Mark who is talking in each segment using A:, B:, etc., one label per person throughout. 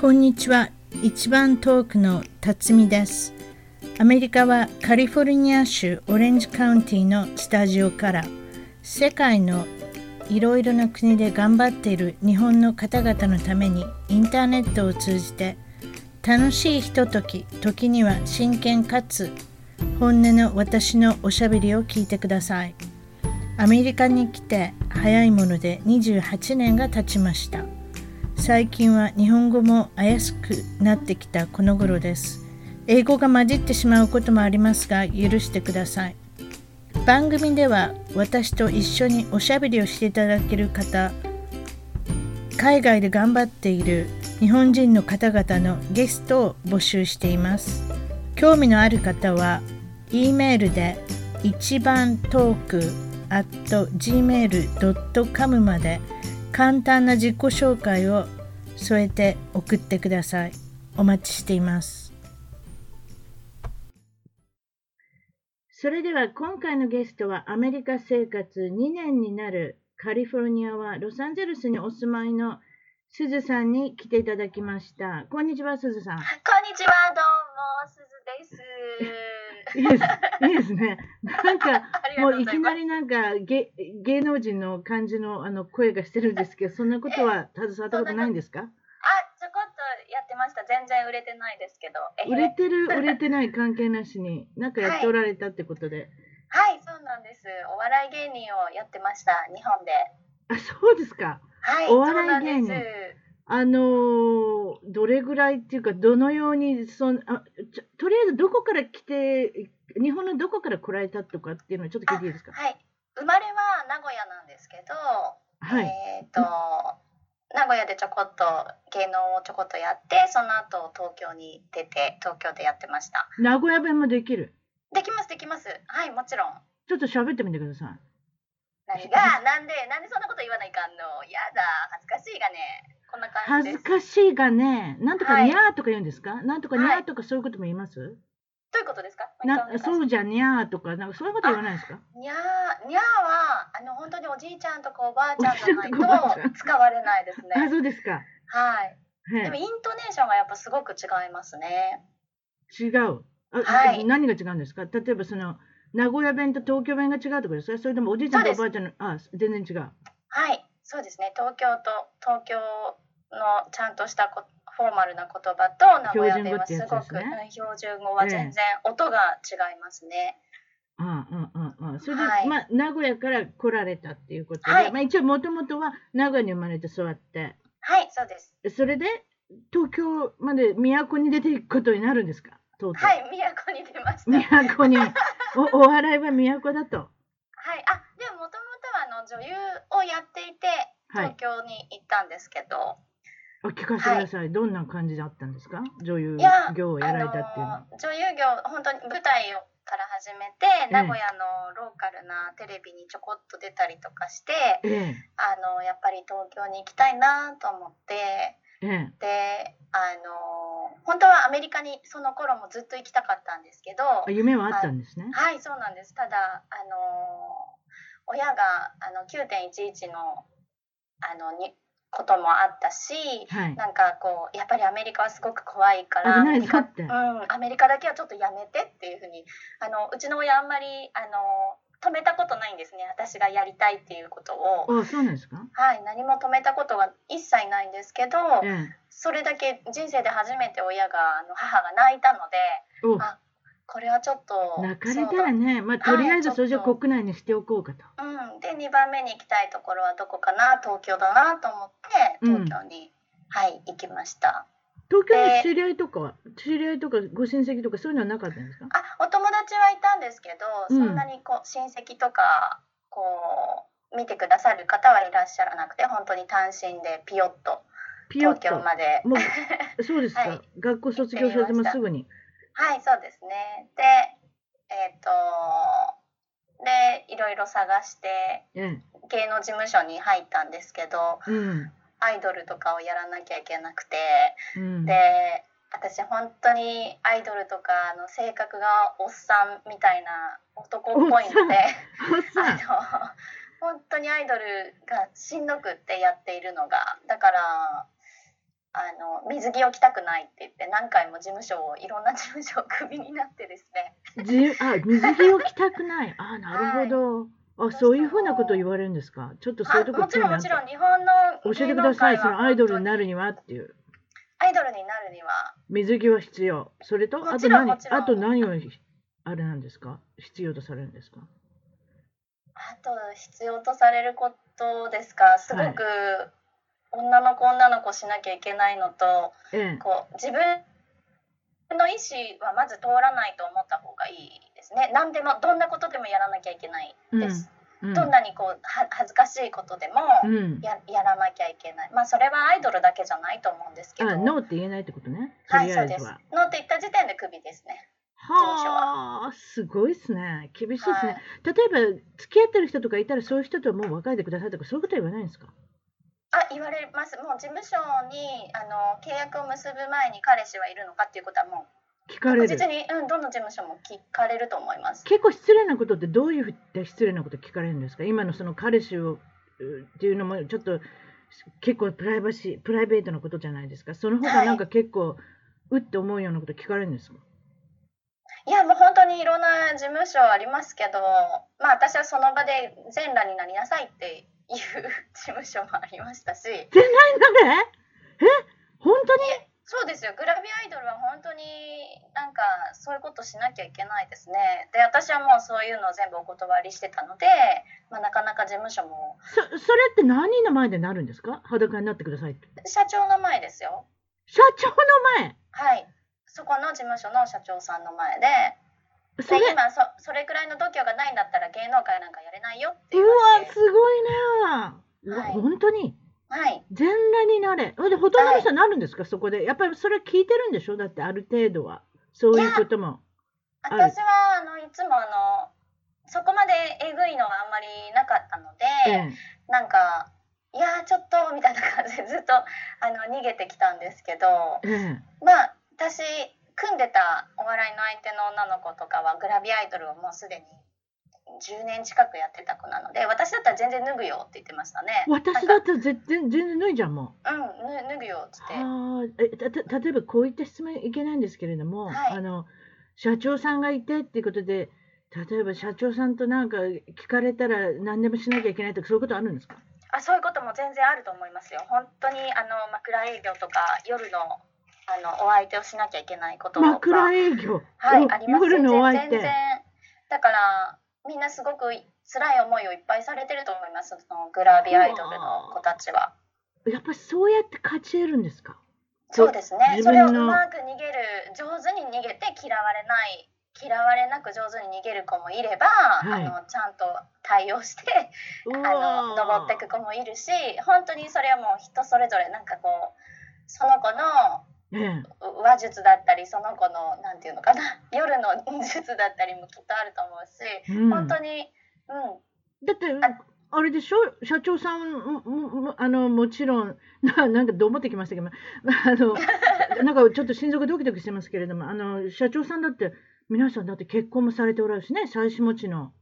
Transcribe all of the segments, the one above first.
A: こんにちは一番トークの辰巳ですアメリカはカリフォルニア州オレンジカウンティのスタジオから世界のいろいろな国で頑張っている日本の方々のためにインターネットを通じて楽しいひととき時には真剣かつ本音の私のおしゃべりを聞いてくださいアメリカに来て早いもので28年が経ちました最近は日本語も怪しくなってきたこの頃です英語が混じってしまうこともありますが許してください番組では私と一緒におしゃべりをしていただける方海外で頑張っている日本人の方々のゲストを募集しています興味のある方は E メールで一番トーク at gmail.com まで簡単な自己紹介を添えて送ってくださいお待ちしていますそれでは今回のゲストはアメリカ生活2年になるカリフォルニアはロサンゼルスにお住まいのすずさんに来ていただきましたこんにちはすずさん
B: こんにちは、どうも、すず です。
A: いいですいいですねなんか
B: あり
A: も
B: がと
A: う
B: うご
A: い
B: ざ
A: き
B: い
A: な
B: ます。
A: りなんか芸芸能人の感じのあの声がしてるんですけど、そんなことは携わったことないんですか
B: あ、ちょこっとやってました。全然売れてないですけど。えへ
A: 売れてる、売れてない関係なしに、なんかやっておられたってことで。
B: はい、そうなんです。お笑い芸人をやってました。日本で。
A: あ、そうですか。
B: はい、
A: お笑い芸人
B: そうなんです。
A: あのーどれぐらいっていうか、どのようにそんあちょ、とりあえずどこから来て、日本のどこから来られたとかっていうのをちょっと聞いていいですか。
B: はい、生まれは名古屋なんですけど、
A: はい。
B: えっ、と、名古屋でちょこっと芸能をちょこっとやって、その後東京に出て、東京でやってました。
A: 名古屋弁もできる。
B: できます、できます。はい、もちろん。
A: ちょっと喋ってみてください。
B: 何がなんでなんでそんなこと言わないかんのやだ恥ずかしいがねこんな感
A: 恥
B: じ
A: ず
B: です
A: かしいがね、なんとか
B: はい
A: にゃーとか言うんですか、なんとかにゃーとかそういうことも言います、
B: どういうことですか
A: な
B: そう
A: そうじゃにゃーとか、なんかそういうこと言わないですか
B: にゃーにゃーはあの本当におじいちゃんとかおばあちゃんじゃないと
A: おじいちゃんとかおばあちゃん
B: 使われないです
A: あ
B: ね
A: そうですか。
B: はいでも
A: は
B: イントネーションがやっぱすごく違いますね
A: い、違うあ、
B: はい
A: 何が違うんですか例えばその名古屋弁と東京弁が違うとかですかそれともおじいちゃんとおば
B: そ
A: あちゃんのあ全然違う。
B: はいそうですね東京と東京のちゃんとしたこフォーマルな言葉と名古屋弁はす
A: 標準語
B: ごく
A: ってや
B: うん標準語は全然音が違いますね、
A: ああああああそれで、
B: はい
A: まあ、名古屋から来られたっていうことで、
B: はい
A: まあ、一応もともとは名古屋に生まれて育って
B: はいそうです
A: それで東京まで都に出ていくことになるんですかとうとう、
B: はい都に出ました
A: 都 におお笑いは都だと。
B: はい、あでももともとはあの女優をやっていて
A: はい
B: 東京に行ったんですけど、
A: あ聞かせてください、どんな感じだったんですか女優
B: いや
A: 業をやられたっていうの
B: あ
A: は。
B: の女優業本当に舞台をから始めて、
A: え
B: 名古屋のローカルなテレビにちょこっと出たりとかして
A: ええ
B: あのやっぱり東京に行きたいなと思って
A: ええ
B: であの本当はアメリカにその頃もずっと行きたかったんですけど
A: あ夢はあったんですね。
B: はい、そうなんです。ただ、あのー親があの9.11のあのにこともあったし、
A: はい。
B: なんかこうやっぱりアメリカはすごく怖いから、
A: 危ない
B: アメリカ
A: ぞって
B: うん、アメリカだけはちょっとやめてっていうふうにあのうちの親あんまりあの止めたことないんですね。私がやりたいっていうことを。
A: あ、そうなんですか。
B: はい、何も止めたことが一切ないんですけど、
A: ええ。
B: それだけ人生で初めて親があの母が泣いたので、
A: お、
B: あこれはちょっと
A: 泣かれ
B: そ
A: た
B: うだ
A: らね、まあ、とりあえず
B: はい
A: それじゃ
B: ちょっと
A: 国内にしておこうかと。
B: うん、で2番目に行きたいところはどこかな東京だなと思って
A: うん
B: 東京に、はい行きました
A: 東京の
B: で
A: 知り合いとかは、知り合いとか、ご親戚とか、そういうのはなかったんですか。
B: あお友達はいたんですけど、
A: うん
B: そんなにこう親戚とかこう見てくださる方はいらっしゃらなくて本当に単身でピヨッと
A: ピヨ
B: 東
A: ッと
B: 京。まで
A: もう、そうですか。
B: はい
A: 学校卒業されてもすぐに。
B: はいそうですねでえっ、とでいろいろ探して
A: え
B: 芸能事務所に入ったんですけど
A: え。うん。
B: アイドルとかをやらなきゃいけなくて
A: うん。
B: で私本当にアイドルとかの性格がおっさんみたいな男っぽいので
A: あ
B: あ
A: さ
B: の 本当にアイドルがしんどくってやっているのがだからあの水着を着たくないって言って何回も事務所をいろんな事務所をクビになってですね
A: じあ水着を着たくない。あなるほど。あそういうふうなこと言われるんですか。ちょっとそういうとこ
B: あもちろんもちろ
A: 興
B: ん日本の
A: 味あった教えてください。
B: 芸能界は
A: そのアイドルになるにはっていう
B: アイドルになるには
A: 水着は必要。それとあ
B: も
A: と
B: ちろん
A: 何
B: もちろん
A: あと何をひあれなんですか。必要とされるんですか。
B: あと必要とされることですかすごく女の子女の子しなきゃいけないのと
A: ええ。
B: こう自分の意思はまず通らないと思った方がいいですね何でもどんなことでもやらなきゃいけないです、
A: うん
B: どんなにこうは恥ずかしいことでも
A: うん。
B: ややらなきゃいけないまあそれはアイドルだけじゃないと思うんですけど
A: あノーって言えないってことね。と
B: はい
A: り
B: そ
A: あ
B: う
A: え
B: です
A: ずは。
B: ノーって言った時点でクビですね
A: はあ、すごいですね。厳しいですね。
B: はい
A: 例えば、付き合ってる人とかいたら、そういう人とはもう別れてくださいとか、そういうことは言わないんですか
B: あ言われますもう事務所にあの契約を結ぶ前に彼氏はいるのかっていうことはもう
A: 聞かれる。
B: 確実に、うん、どの事務所も聞かれると思います。
A: 結構失礼なことって、どういうふうって失礼なこと聞かれるんですか今のその彼氏をうっていうのも、ちょっと結構プライバシー、プライベートなことじゃないですか。その他なんか結構、うって思うようなこと聞かれるんですか
B: いやもう本当にいろんな事務所ありますけど、まあ、私はその場で全裸になりなさいっていう事務所もありましたし
A: 誰え本当に
B: そうですよグラビアアイドルは本当になんかそういうことしなきゃいけないですねで私はもうそういうのを全部お断りしてたので、まあ、なかなか事務所も
A: そそれって何人の前でなるんですか裸になってくださいって。
B: 社長の前ですよ
A: 社長の前
B: はいそこの事務所の社長さんの前で
A: そ
B: で
A: れ
B: 今そそれくらいの度胸がないんだったら芸能界なんかやれないよって
A: う
B: 言
A: わ
B: われて
A: すごいなうわ、
B: はい
A: 本当に
B: はい
A: 全裸になれでほとんどの人はなるんですか、そこでやっぱりそれ聞いてるんでしょだってある程度はそういうこともある
B: 私はあのいつもあのそこまでえぐいのはあんまりなかったので、
A: え
B: なんか「いやーちょっと」みたいな感じでずっとあの逃げてきたんですけど
A: ええ
B: まあ私組んでたお笑いの相手の女の子とかはグラビアアイドルをもうすでに10年近くやってた子なので私だったら全然脱ぐよって言ってましたね
A: え。私だったら絶全然脱いじゃんも
B: うんぬ脱ぐよっつ
A: う
B: って。
A: はあえたた例えばこういった質問いけないんですけれども、
B: はい
A: あの社長さんがいてっていうことで例えば社長さんとなんか聞かれたら何でもしなきゃいけないとかそういうことあるんですか
B: あそういうことも全然あると思いますよ。本当にあの枕営業とか夜のあのお相手をしなきゃいけないこととか
A: 枕営業、
B: はい
A: お
B: あります
A: 夜のお相
B: 全然全
A: 手
B: 然だからみんなすごく辛い思いをいっぱいされてると思いますそのグラビアアイドルの子たちは。
A: やっぱりそうやって勝ち得るんですか
B: そうですね。
A: 自
B: それを
A: 分
B: う
A: の
B: まく逃げる上手に逃げて嫌われない嫌われなく上手に逃げる子もいれば、
A: い
B: あのちゃんと対応してあの登っていく子もいるし本当にそれはもう人それぞれなんかこうその子の
A: ええ
B: う話術だったりその子のなんていうのかな 夜の術だったりもきっとあると思うし、
A: うん
B: 本当に、うん、
A: だって
B: あ
A: あれでしょ社長さんもももあのもちろん ななんかどう思ってきましたけどま あのなんかちょっと心臓がドキドキしてますけれどもあの社長さんだって皆さんだって結婚もされておられるしね妻子持ちの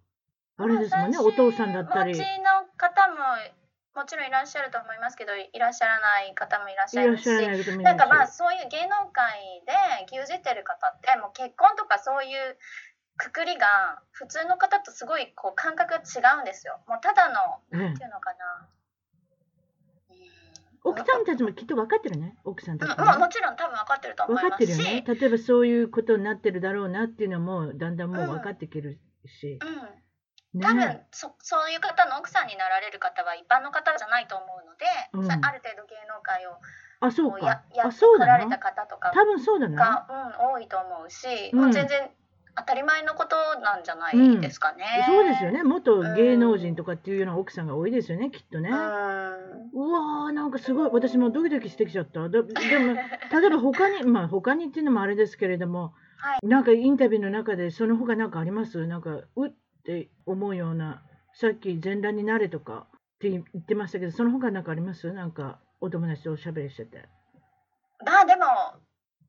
A: あれですもんね
B: まあ
A: お父さんだったりい
B: 最新の方ももちろんいらっしゃると思いますけどいらっしゃらない方もいらっしゃ
A: ら
B: る
A: っ
B: し
A: しゃらないこともい
B: なんか
A: ら
B: ま
A: っ
B: あ
A: し
B: そういう芸能界で牛耳ってる方ってもう結婚とかそういうくくりが普通の方とすごいこう感覚が違うんですよ。もうただの
A: ゃる
B: っていうのかな。うん
A: 奥さんたちもきっと分かってるね奥さんたち
B: うんもう
A: も
B: もちろん多分分かってると思
A: 分か
B: い
A: っ
B: ま
A: て
B: す
A: るよ
B: し、
A: ね例えばそういうことになってるだろうなっていうのもだんだんもう分かってきるし
B: う、ん、
A: ね
B: 多分そそういう方の奥さんになられる方は一般の方じゃないと思うので、
A: うん
B: さある程度芸能界を
A: あそう
B: こうや
A: か
B: や
A: あ
B: って
A: そう
B: こ
A: だ
B: られた
A: な
B: 方とか
A: 多分そうだな
B: が、うん、多いと思うし、
A: うん
B: もう全然当たり前のことなんじゃないですかね。
A: そうですよね元芸能人とかっていうような奥さんが多いですよねきっとね
B: う。ん。
A: うわーなんかすごい私もドキドキしてきちゃっただでも例えば他に まあ他にっていうのもあれですけれども、
B: は
A: なんかインタビューの中でその他なんかありますなんかうって思うようなさっき全裸になれとかって言ってましたけどその他なんかありますなんかお友達とおしゃべりしてて。
B: まあでも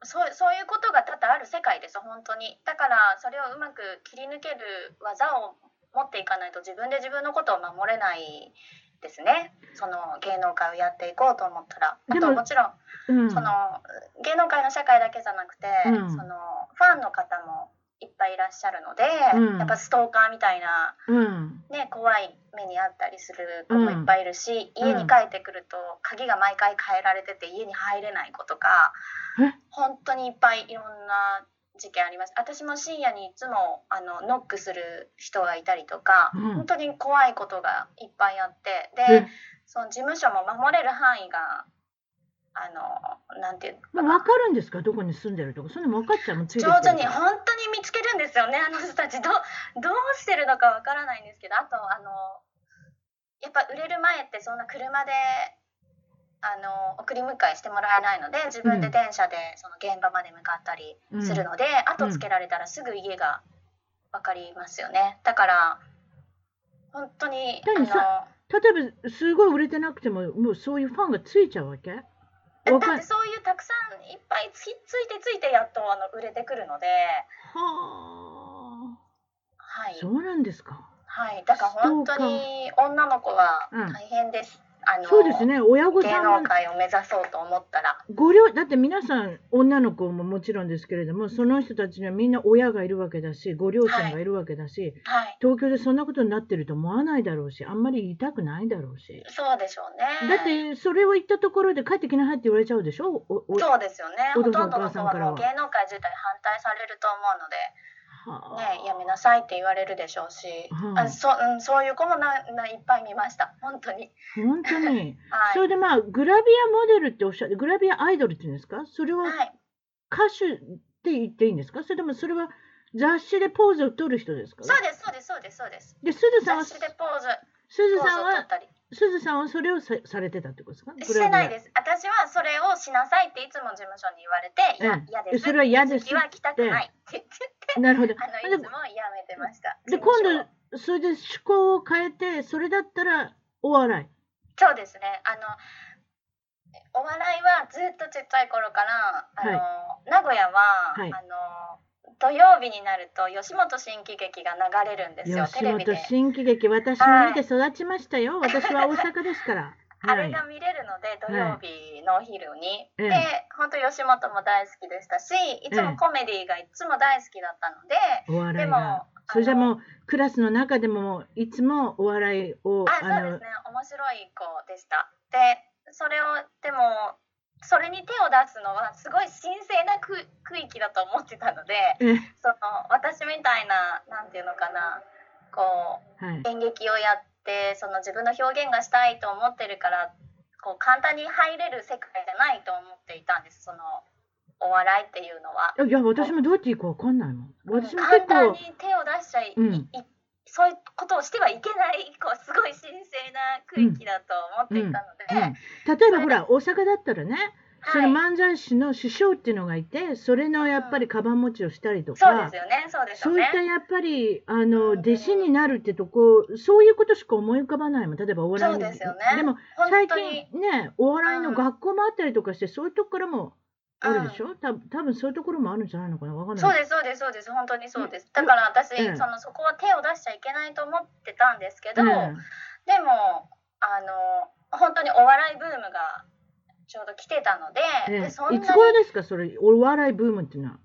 B: そうそういうことが多々ある世界です本当にだからそれをうまく切り抜ける技を持っていかないと自分で自分のことを守れないですねその芸能界をやっていこうと思ったらあ
A: で
B: と
A: も
B: もちろん
A: うん
B: その芸能界の社会だけじゃなくて、
A: うん
B: そのファンの方もいっぱいいらっしゃるので、
A: うん
B: やっぱストーカーみたいな、
A: うん
B: ね、怖い目にあったりする子もいっぱいいるし、
A: うん
B: 家に帰ってくると鍵が毎回変えられてて家に入れない子とか
A: え
B: 本当にいっぱいいろんな事件あります私も深夜にいつもあのノックする人がいたりとか、
A: うん
B: 本当に怖いことがいっぱいあってで、
A: え
B: その事務所も守れる範囲があのなんていうのか
A: もう
B: な
A: 分かるんですかどこに住んでるとかそれも分かっちゃうもんついて
B: 上
A: きてる
B: 手に本当に見つけるんですよねあの人たちどうどうしてるのかわからないんですけどあとあのやっぱ売れる前ってそんな車であの送り迎えしてもらえないので自分で電車でその現場まで向かったりするので、後つけられたらすぐ家が分かりますよねだから本当に
A: でも
B: あの
A: 例えばすごい売れてなくてももうそういうファンがついちゃうわけ
B: だ
A: わ
B: っ
A: か
B: て
A: る
B: そういうたくさんいっぱいつきついてついてやっとあの売れてくるので、
A: は
B: は
A: あ
B: い
A: そうなんですか
B: はい、だから本当に女の子は
A: うん
B: 大変です。あの
A: そうですね親御
B: 芸
A: さん
B: 能
A: は
B: 界を目指そうと思ったら、
A: ご両だって皆さん女の子ももちろんですけれどもその人たちにはみんな親がいるわけだしご両親がいるわけだし、
B: はい、
A: 東京でそんなことになってると思わないだろうしあんまり言いたくないだろうし
B: そうでしょうね。
A: だってそれを言ったところで帰ってきなさいって言われちゃうでしょおお
B: そうですよね。
A: お
B: ほ
A: 父さ
B: と
A: ん
B: んどの
A: お母さ
B: 子
A: ん
B: は
A: からは
B: もう芸能界自体反対されると思うの
A: はあ
B: で、ね、やめなさいって言われるでしょうし、
A: うん
B: あそうん、そういう子もなないっぱい見ました。本当に。
A: 本当に、
B: はい。
A: それでまあグラビアモデルっておっしゃってグラビアアイドルっていうんですかそれは
B: はい。
A: 歌手って言っていいんですかそれでもそれは雑誌でポーズを取る人ですか
B: そうです、そうです、そうです、そうです。
A: で、すずさんは、
B: 雑誌
A: す
B: でポー
A: ず
B: ズ、ポーズ
A: さん
B: を取っ
A: は、
B: たり。
A: すずさんはそれをさされてたってことですか
B: してない
A: す。
B: です。私はそれをしなさいっていつも事務所に言われて、いや
A: うん
B: 嫌です。
A: それは嫌です
B: 次は来たくないって言って、
A: なるほど。
B: あのい
A: で
B: つもやめてました。
A: で、
B: 事務所
A: 今度、それで趣向を変えて、それだったらお笑い。
B: そうですね。あのお笑いはずっとちっちゃい頃から、あの、名古屋は、
A: はい
B: あの土曜日になると吉本新喜劇が流れるんですよ。テ
A: 吉
B: レビ
A: 本
B: で。
A: 新喜劇、私も見て育ちましたよ。私は大阪ですから。
B: あ
A: は
B: れ
A: い。
B: が見れるので土曜日のお昼に、
A: ええ
B: で本当吉本も大好きでしたしいつもコメディがいつも大好きだったので、
A: お笑
B: で
A: い
B: も
A: が。それじゃもう、クラスの中でも、いつもお笑いを、
B: あそうですね面白い子でしたでそれをでもそれに手を出すのはすごい神聖な区区域だと思ってたので
A: え、
B: その私みたいななんていうのかなこ
A: はい。
B: う演劇をやってその自分の表現がしたいと思ってるからこう簡単に入れる世界じゃないと思っていたんですそのお笑いっていうのは。
A: いや、私もどうやっていいかわかんないもん。私も
B: 簡
A: 結
B: 単
A: 構
B: に、手を出しちゃい,い、
A: うん
B: いそういうことをしてはいけないこうすごい神聖な区域だと思っていたので、
A: うん、例えばほら、大阪だったらね、その
B: はい、
A: 漫才師の師匠っていうのがいてそれのやっぱりカバン持ちをしたりと
B: そうで
A: か
B: す、よねそうです
A: そ
B: よ
A: ういっ
B: ね
A: たやっぱりあ
B: う
A: の
B: ん
A: 弟子になるってとこそういうことしか思い浮かばないもん例えばお笑いの
B: そうですよね
A: でも
B: 本
A: 最
B: 当
A: 近
B: に
A: ねお笑いの
B: うん
A: 学校もあったりとかして、そういうとこからもあるでしょ、た多分そういうところもあるんじゃないのかなわかん
B: そう
A: ない
B: ですそうですそうです本当にそうです
A: う
B: だ
A: ん
B: から私、
A: うん
B: そのそこは手を出しちゃいけないと思ってたんですけど、
A: うん
B: でもあの本当にお笑いブームがちょうど来てたので,、
A: え
B: でそん
A: え、
B: ないに
A: つ頃ですかそれお笑いブームっていうのは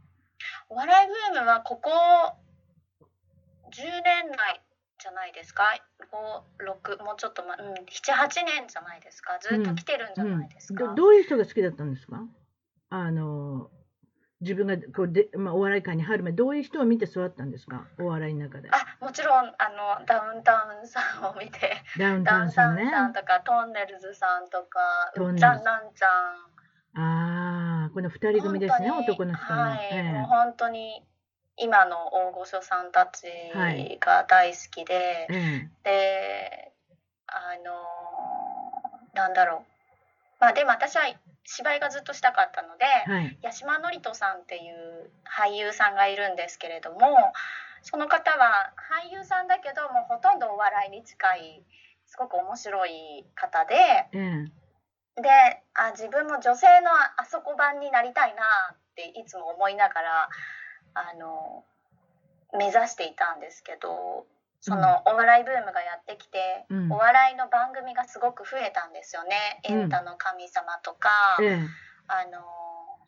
B: お笑いブームはここ10年来じゃないですか56もうちょっと、ま、うん、78年じゃないですかずっと来てるんじゃないですか、
A: どどういう人が好きだったんですかあの自分がこうで、まあ、お笑い界に入る前どういう人を見て育ったんですかお笑いの中で
B: あもちろんあのダウンタウンさんを見て
A: ダウンタ
B: ダ
A: ウ
B: ウ
A: ン
B: ン
A: さ
B: タ
A: ん
B: ウ
A: ね
B: ンさんとかトンネルズさんとか
A: トン
B: う
A: ネル
B: っ
A: ズ
B: ちゃんなんち
A: あ
B: ゃ
A: あこの二人
B: ん
A: 組ですね
B: 本当
A: 男
B: に
A: の人の、
B: はい、
A: ええ
B: もう本当に今の大御所さんたち
A: はい
B: が大好きで、
A: え
B: であのーなんだろうまあでも私は芝居がずっとしたかったので、
A: えはい
B: 八嶋智人さんっていう俳優さんがいるんですけれどもその方は俳優さんだけどもうほとんどお笑いに近いすごく面白い方で
A: ええ
B: であ自分も女性のああそこ版になりたいなっていつも思いながらあの目指していたんですけどそのお笑いブームがやってきて、
A: うん
B: お笑いの番組がすごく増えたんですよね。
A: うん
B: エンタの神様とか、
A: え
B: あの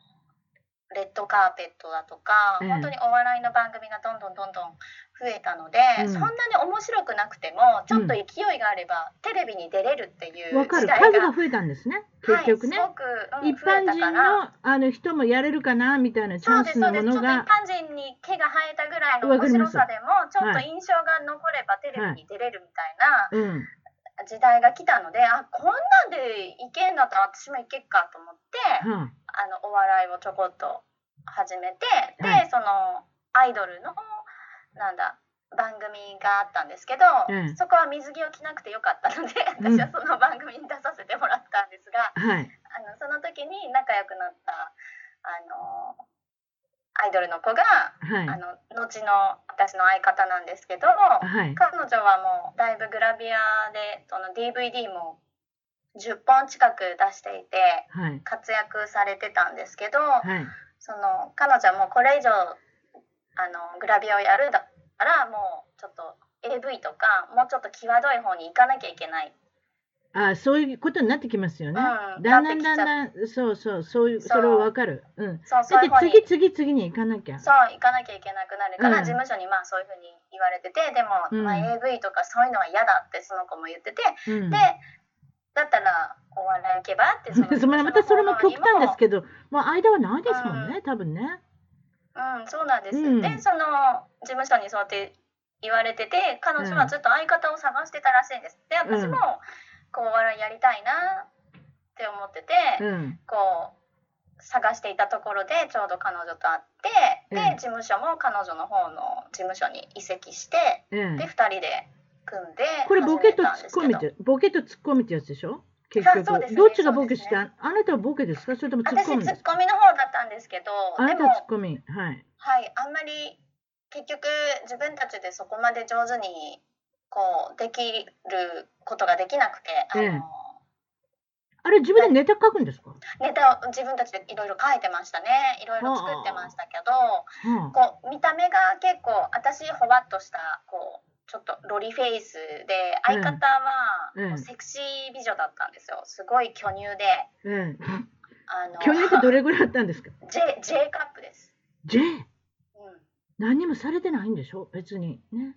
B: ーレッドカーペットだとか、
A: ええ
B: 本当にお笑いの番組がどんどんどんどん増えたので、
A: うん
B: そんなに面白くなくてもちょっと勢いがあれば、テレビに出れるっていう
A: えわかる
B: 時代
A: 数
B: が
A: が増えたんですね結局ね、
B: はい、すごく、うん
A: 一般
B: 増え
A: 人
B: たから
A: のあの人もやれるかなみたいなチ
B: そ
A: ャ
B: う
A: ン
B: で
A: ス
B: すそ
A: の
B: うで
A: も
B: すち
A: の
B: ょっと一
A: が
B: 般人に毛が生えたぐらいの
A: わか
B: 面
A: りま
B: 白
A: す
B: さでもちょっと
A: はい
B: 印象が残ればテレビに出れるみたいな
A: うん
B: 時代が来たので、あこんなんでいけんだったら私もいけっかと思って、
A: は
B: あのお笑いをちょこっと始めてで、
A: はい
B: そのアイドルのなんだ番組があったんですけど、
A: ええ
B: そこは水着を着なくてよかったので
A: うん
B: 私はその番組に出させてもらったんですが、
A: あはい
B: あのその時に仲良くなったあのアイドルの子が、
A: はい
B: あの後の私の相方なんですけど、
A: はい
B: 彼女はもうだいぶグラビアでその DVD も10本近く出していて。
A: はい
B: 活躍されてたんですけど、
A: はい
B: その彼女はもうこれ以上あのグラビアをやるんだったらもうちょっと AV とかもうちょっと際どい方に行かなきゃいけない、
A: あそういうことになってきますよね、
B: うん
A: だんだん
B: な
A: だ
B: っ
A: ん
B: て
A: だ
B: きちゃ
A: んそうそうそういう
B: そ
A: そ
B: う
A: れはわかるうん
B: そうそ
A: だっ
B: う
A: て
B: いう方に
A: 次次次に行かなきゃ
B: そう行かなきゃいけなくなるから、
A: うん
B: 事務所にまあそういうふうに言われててでも、
A: うん
B: まあ、AV とかそういうのは嫌だってその子も言ってて、
A: うん
B: でだったらお笑い行けばってその
A: それまたそれも極端です
B: ど、
A: けど、もう間はないですもんね、多分ね。
B: うん、そうなんですよ、
A: うん
B: でその事務所にそうやって言われてて彼女はずっと相方を探してたらしいんですで私もこうお笑いやりたいなって思ってて、
A: うん。
B: こう探していたところでちょうど彼女と会って、
A: うん
B: で事務所も彼女の方の事務所に移籍して、
A: え
B: で2
A: え。
B: 人で組んで
A: これボケとツ
B: 始め
A: ッコ
B: たん
A: ミ
B: ですけど
A: って、ボケとツッコミってやつでしょ結
B: あそうで
A: 局、
B: すね
A: どっちがボケして、
B: そうです
A: ああなたはボケですかそれともツッ
B: 私ツ
A: コミです
B: ッ
A: か
B: コミの方だったんですけど
A: あ
B: で
A: なた
B: も
A: はツッコミ。はい。
B: はい、あんまり結局自分たちでそこまで上手にこうできることができなくて、
A: ええ
B: あの
A: あれ、自分でネタ書くんですか、は
B: ネタを自分たちでいろいろ書いてましたねいろいろ作ってましたけど
A: あ、
B: こう見た目が結構私ほわっとしたこうちょっとロリフェイスで相方は
A: うん
B: こうセクシー美女だったんですよすごい巨乳で
A: ええ。
B: あの
A: 去年ってどれぐらいあったんですか
B: J, J カップです。
A: ?J?
B: うん
A: 何にもされてないんでしょ別に。ね。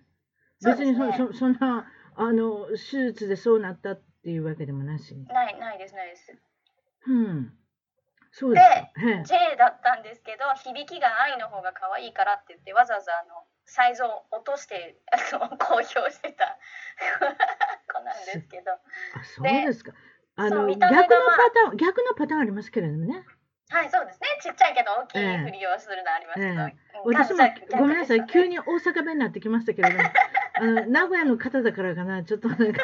B: そう
A: 別
B: です
A: に
B: ね
A: そそそんな、あの、手術でそうなったっていうわけでもなしに。
B: ないないですないです。
A: うん。そうですか。ええ
B: J だったんですけど響きが愛の方が可愛いからって言ってわざわざあのサイズを落としてあの公表してた 子なんですけど
A: あそうですか。あ
B: そう
A: の
B: 見
A: 逆
B: た
A: の
B: 目が
A: パターン逆のパターンありますけれどもね。
B: はいそうですねちっちゃいけど大き
A: ええ
B: いふりをするのありますけど、
A: え私もごめんなさい急に大阪弁になってきましたけ れども、あの名古屋の方だからかなちょっとなんか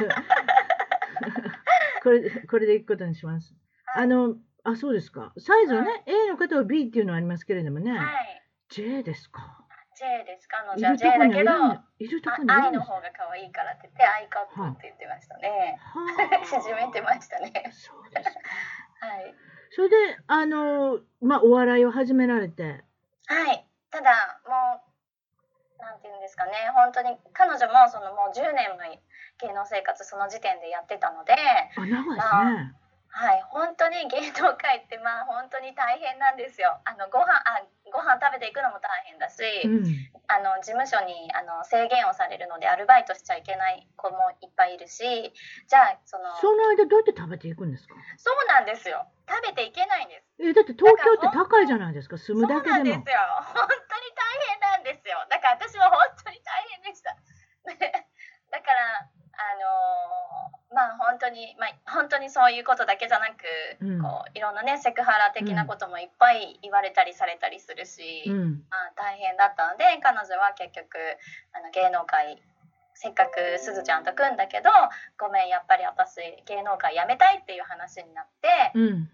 A: これこれでいくことにします。
B: はい
A: あのあそうですか。サイズはね、A の方は B っていうのはありますけれどもね、
B: はい
A: J ですか。
B: J ですかの
A: い
B: じゃ
A: ると
B: J
A: こ
B: だ
A: にい
B: け
A: るん
B: ど
A: だいるとこにい
B: あ
A: る
B: 愛
A: んで
B: の
A: す。は
B: 方が可愛いからって言ってアイカップって言ってましたね、
A: あ
B: 縮めてましたね
A: そうですか。
B: はい
A: それであのまあお笑いを始められて、
B: はい、ただもうなんていうんですかね本当に彼女もそのもう10年も芸能生活その時点でやってたので、
A: あ長いですね。
B: はい、本当に芸能界ってまあ本当に大変なんですよあのご飯あご飯食べていくのも大変だし、
A: うん。
B: あの事務所にあの制限をされるのでアルバイトしちゃいけない子もいっぱいいるしじゃあその
A: その間どうやって食べていくんですか。
B: そうなんですよ食べていけないんです。
A: えだって東京って高いじゃないですか。住
B: そう
A: む
B: な
A: だ
B: ん
A: け
B: ですよ。
A: でも。
B: 本当に大変なんですよ。だから私も本当に大変でした。 ねだからあのーまあ本当にまあ本当にそういうことだけじゃなく、
A: うん
B: こういろんなねセクハラ的なこともいっぱい言われたりされたりするし、
A: うん。
B: まあ大変だったので彼女は結局あの芸能界せっかくすずちゃんと組んだけどごめんやっぱり私芸能界辞めたいっていう話になって、
A: うん。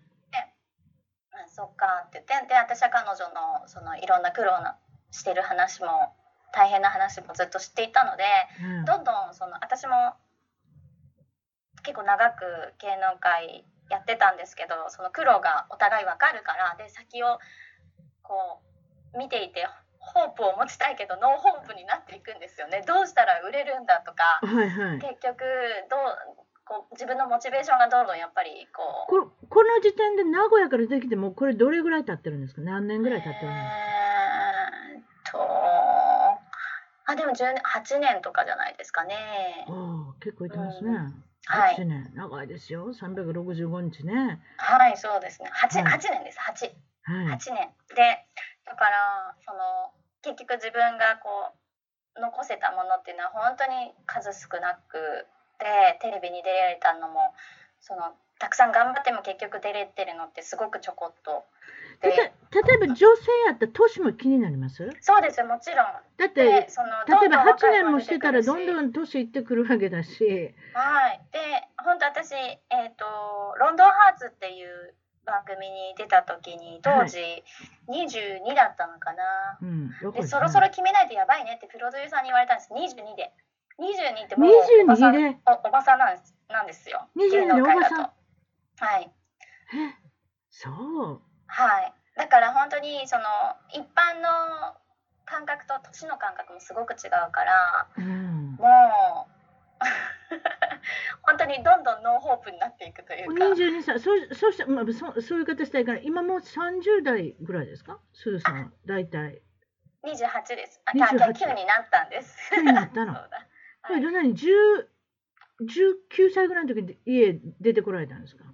B: あそっかって言ってで私は彼女のそのいろんな苦労なしてる話も大変な話もずっと知っていたので
A: うん
B: どんどんその私も結構長く芸能界やってたんですけどその苦労がお互いわかるからで先をこう見ていてホープを持ちたいけどノーホープになっていくんですよねどうしたら売れるんだとか
A: はいはい。
B: 結局どうこう自分のモチベーションがどんどんやっぱりこう
A: ここの時点で名古屋から出てきてもうこれどれぐらい経ってるんですか何年ぐらい経ってるんですか
B: えーっとあでも10年8年とかじゃないですかね
A: ああ結構いってますね。
B: はい
A: 8年長いですよ365日ね。
B: はいそうですね 8,
A: はい
B: 8年です8
A: はい。
B: 8年でだからその結局自分がこう残せたものっていうのは本当に数少なくでテレビに出られたのもそのたくさん頑張っても結局出れてるのってすごくちょこっと
A: たた
B: で
A: 例えば女性やったら年も気になります
B: そうですもちろん
A: だって例
B: で
A: え
B: その
A: ば8年もしてたらどん
B: ん
A: どん年いってくるわけだし。
B: はいで本当私えっ、と「ロンドンハーツ」っていう番組に出た時に当時22だったのかな、
A: うん。どこ
B: で
A: です
B: そ
A: か
B: ろそろ決めないとやばいねってプロデューサーに言われたんです22で22ってもうおばさん
A: 22で。
B: おおばさんなんですなんですよ
A: 22
B: 芸能界だと
A: おば
B: はい
A: えそう。
B: はいだから本当にその一般の感覚と年の感覚もすごく違うから
A: うん。
B: もう本当にどんどんノーホープになっていくというか
A: 22歳、そうそうしたまあそうそういう方したいから、今もう30代ぐらいですか、スーさんは、大体。
B: 28ですあ
A: 28
B: 9になったんです
A: 9になった
B: そ
A: の。
B: うだ
A: こ
B: はい
A: れ、どんなに10 19歳ぐらいの時に家出てこられたんですか。
B: 18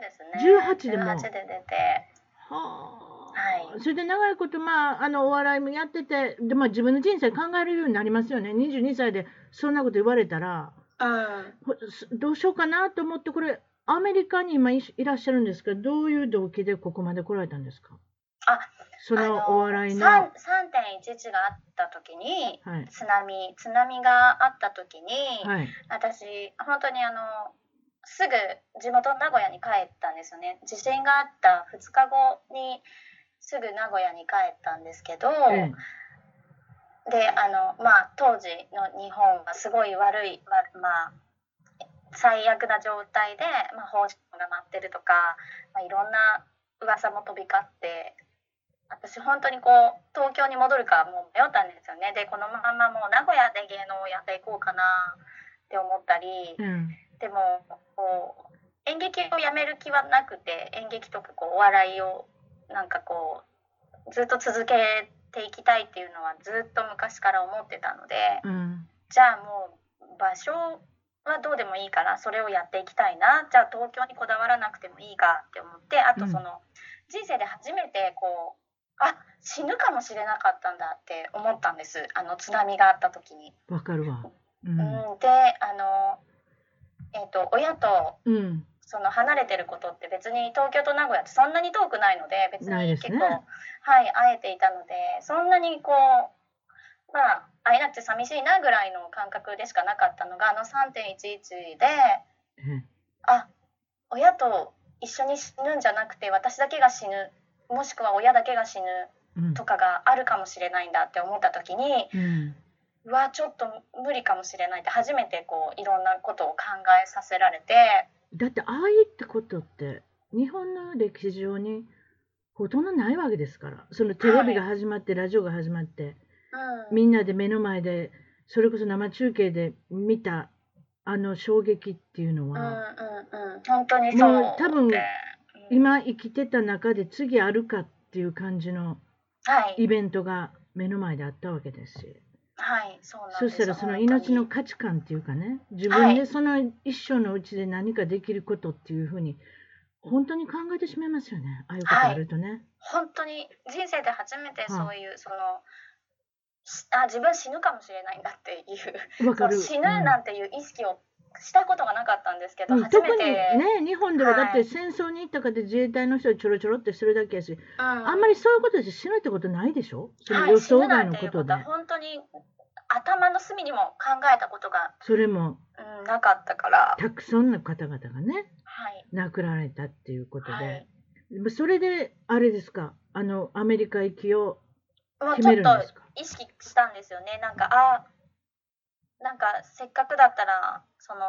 B: ですね
A: 18でも
B: 18で出て
A: は
B: は
A: それで長いこと、まあ、あのお笑いもやってて、でまあ、自分の人生考えるようになりますよね、22歳でそんなこと言われたら、
B: うん
A: ほすどうしようかなと思って、これ、アメリカに今いいらっしゃるんですけど、どういう動機でここまで来られたんですか
B: あ
A: そ
B: あ
A: のお笑いの。
B: さん3.11があった時に
A: はい
B: 津波津波があった時に、
A: はい
B: 私本当にあのすぐ地元名古屋に帰ったんですよね地震があった2日後にすぐ名古屋に帰ったんですけど、
A: ええ
B: であの、まあ、当時の日本はすごい悪い、わまあ、最悪な状態で、まあ、放射能が舞ってるとか、まあ、いろんな噂も飛び交って私本当にこう東京に戻るかもう迷ったんですよねでこのままもう名古屋で芸能をやっていこうかなって思ったり
A: うん
B: でもこう演劇をやめる気はなくて演劇とかこうお笑いをなんかこうずっと続けていきたいっていうのはずっと昔から思ってたので
A: うん
B: じゃあもう場所はどうでもいいからそれをやっていきたいなじゃあ東京にこだわらなくてもいいかって思ってあとその人生で初めてこうあ死ぬかもしれなかったんだって思ったんですあの津波があった時に。
A: わかるわ。うん
B: うん、であの、えっと親と
A: うん、
B: その離れてることって別に東京と名古屋ってそんなに遠くないので別
A: ない
B: に
A: です
B: 結
A: ね
B: 構、はい会えていたのでそんなにこうまあ会えなくて寂しいなぐらいの感覚でしかなかったのがあの3.11で
A: ええ
B: あ親と一緒に死ぬんじゃなくて私だけが死ぬもしくは親だけが死ぬ
A: うん
B: とかがあるかもしれないんだって思った時に
A: うん
B: うわちょっと無理かもしれないって初めてこういろんなことを考えさせられて。
A: だって愛ってことって日本の歴史上にほとんどないわけですからそのテレビが始まって、ラジオが始まって
B: うん
A: みんなで目の前でそれこそ生中継で見たあの衝撃っていうの
B: うん
A: は、
B: うんうん、本当にそう
A: もう多分
B: でうん
A: 今生きてた中で次あるかっていう感じの
B: はい
A: イベントが目の前であったわけですし。
B: はいそうなんです
A: そしたらその
B: 本当に
A: 命の価値観っていうかね自分でその一生のうちで何かできることっていうふうに本当に考えてしまいますよねああいうことやるとね、
B: 本当に人生で初めてそういう、そのしあ自分死ぬかもしれないんだっていう
A: わかる
B: そう死ぬなんていう意識をしたことがなかったんですけど、
A: うん
B: 初
A: 特
B: め
A: に
B: て、
A: ね日本ではだっ
B: は
A: て
B: い
A: 戦争に行ったかで自衛隊の人はちょろちょろってするだけやし、
B: うん、
A: あんまりそういうことで死ぬってことないでしょその
B: はい
A: 予想外の
B: 死ぬなんて
A: こ
B: いう
A: とで、
B: は本当に頭の隅にも考えたことが、
A: それも
B: うん、なかったから
A: たくさんの方々がね
B: はい
A: 亡くなられたっていうことで、
B: はい
A: それであれですかあのアメリカ行きを
B: もう
A: 決
B: ちょ
A: め
B: っ
A: るん
B: と
A: ですか
B: 意識したんですよねなんかあなんかせっかくだったらその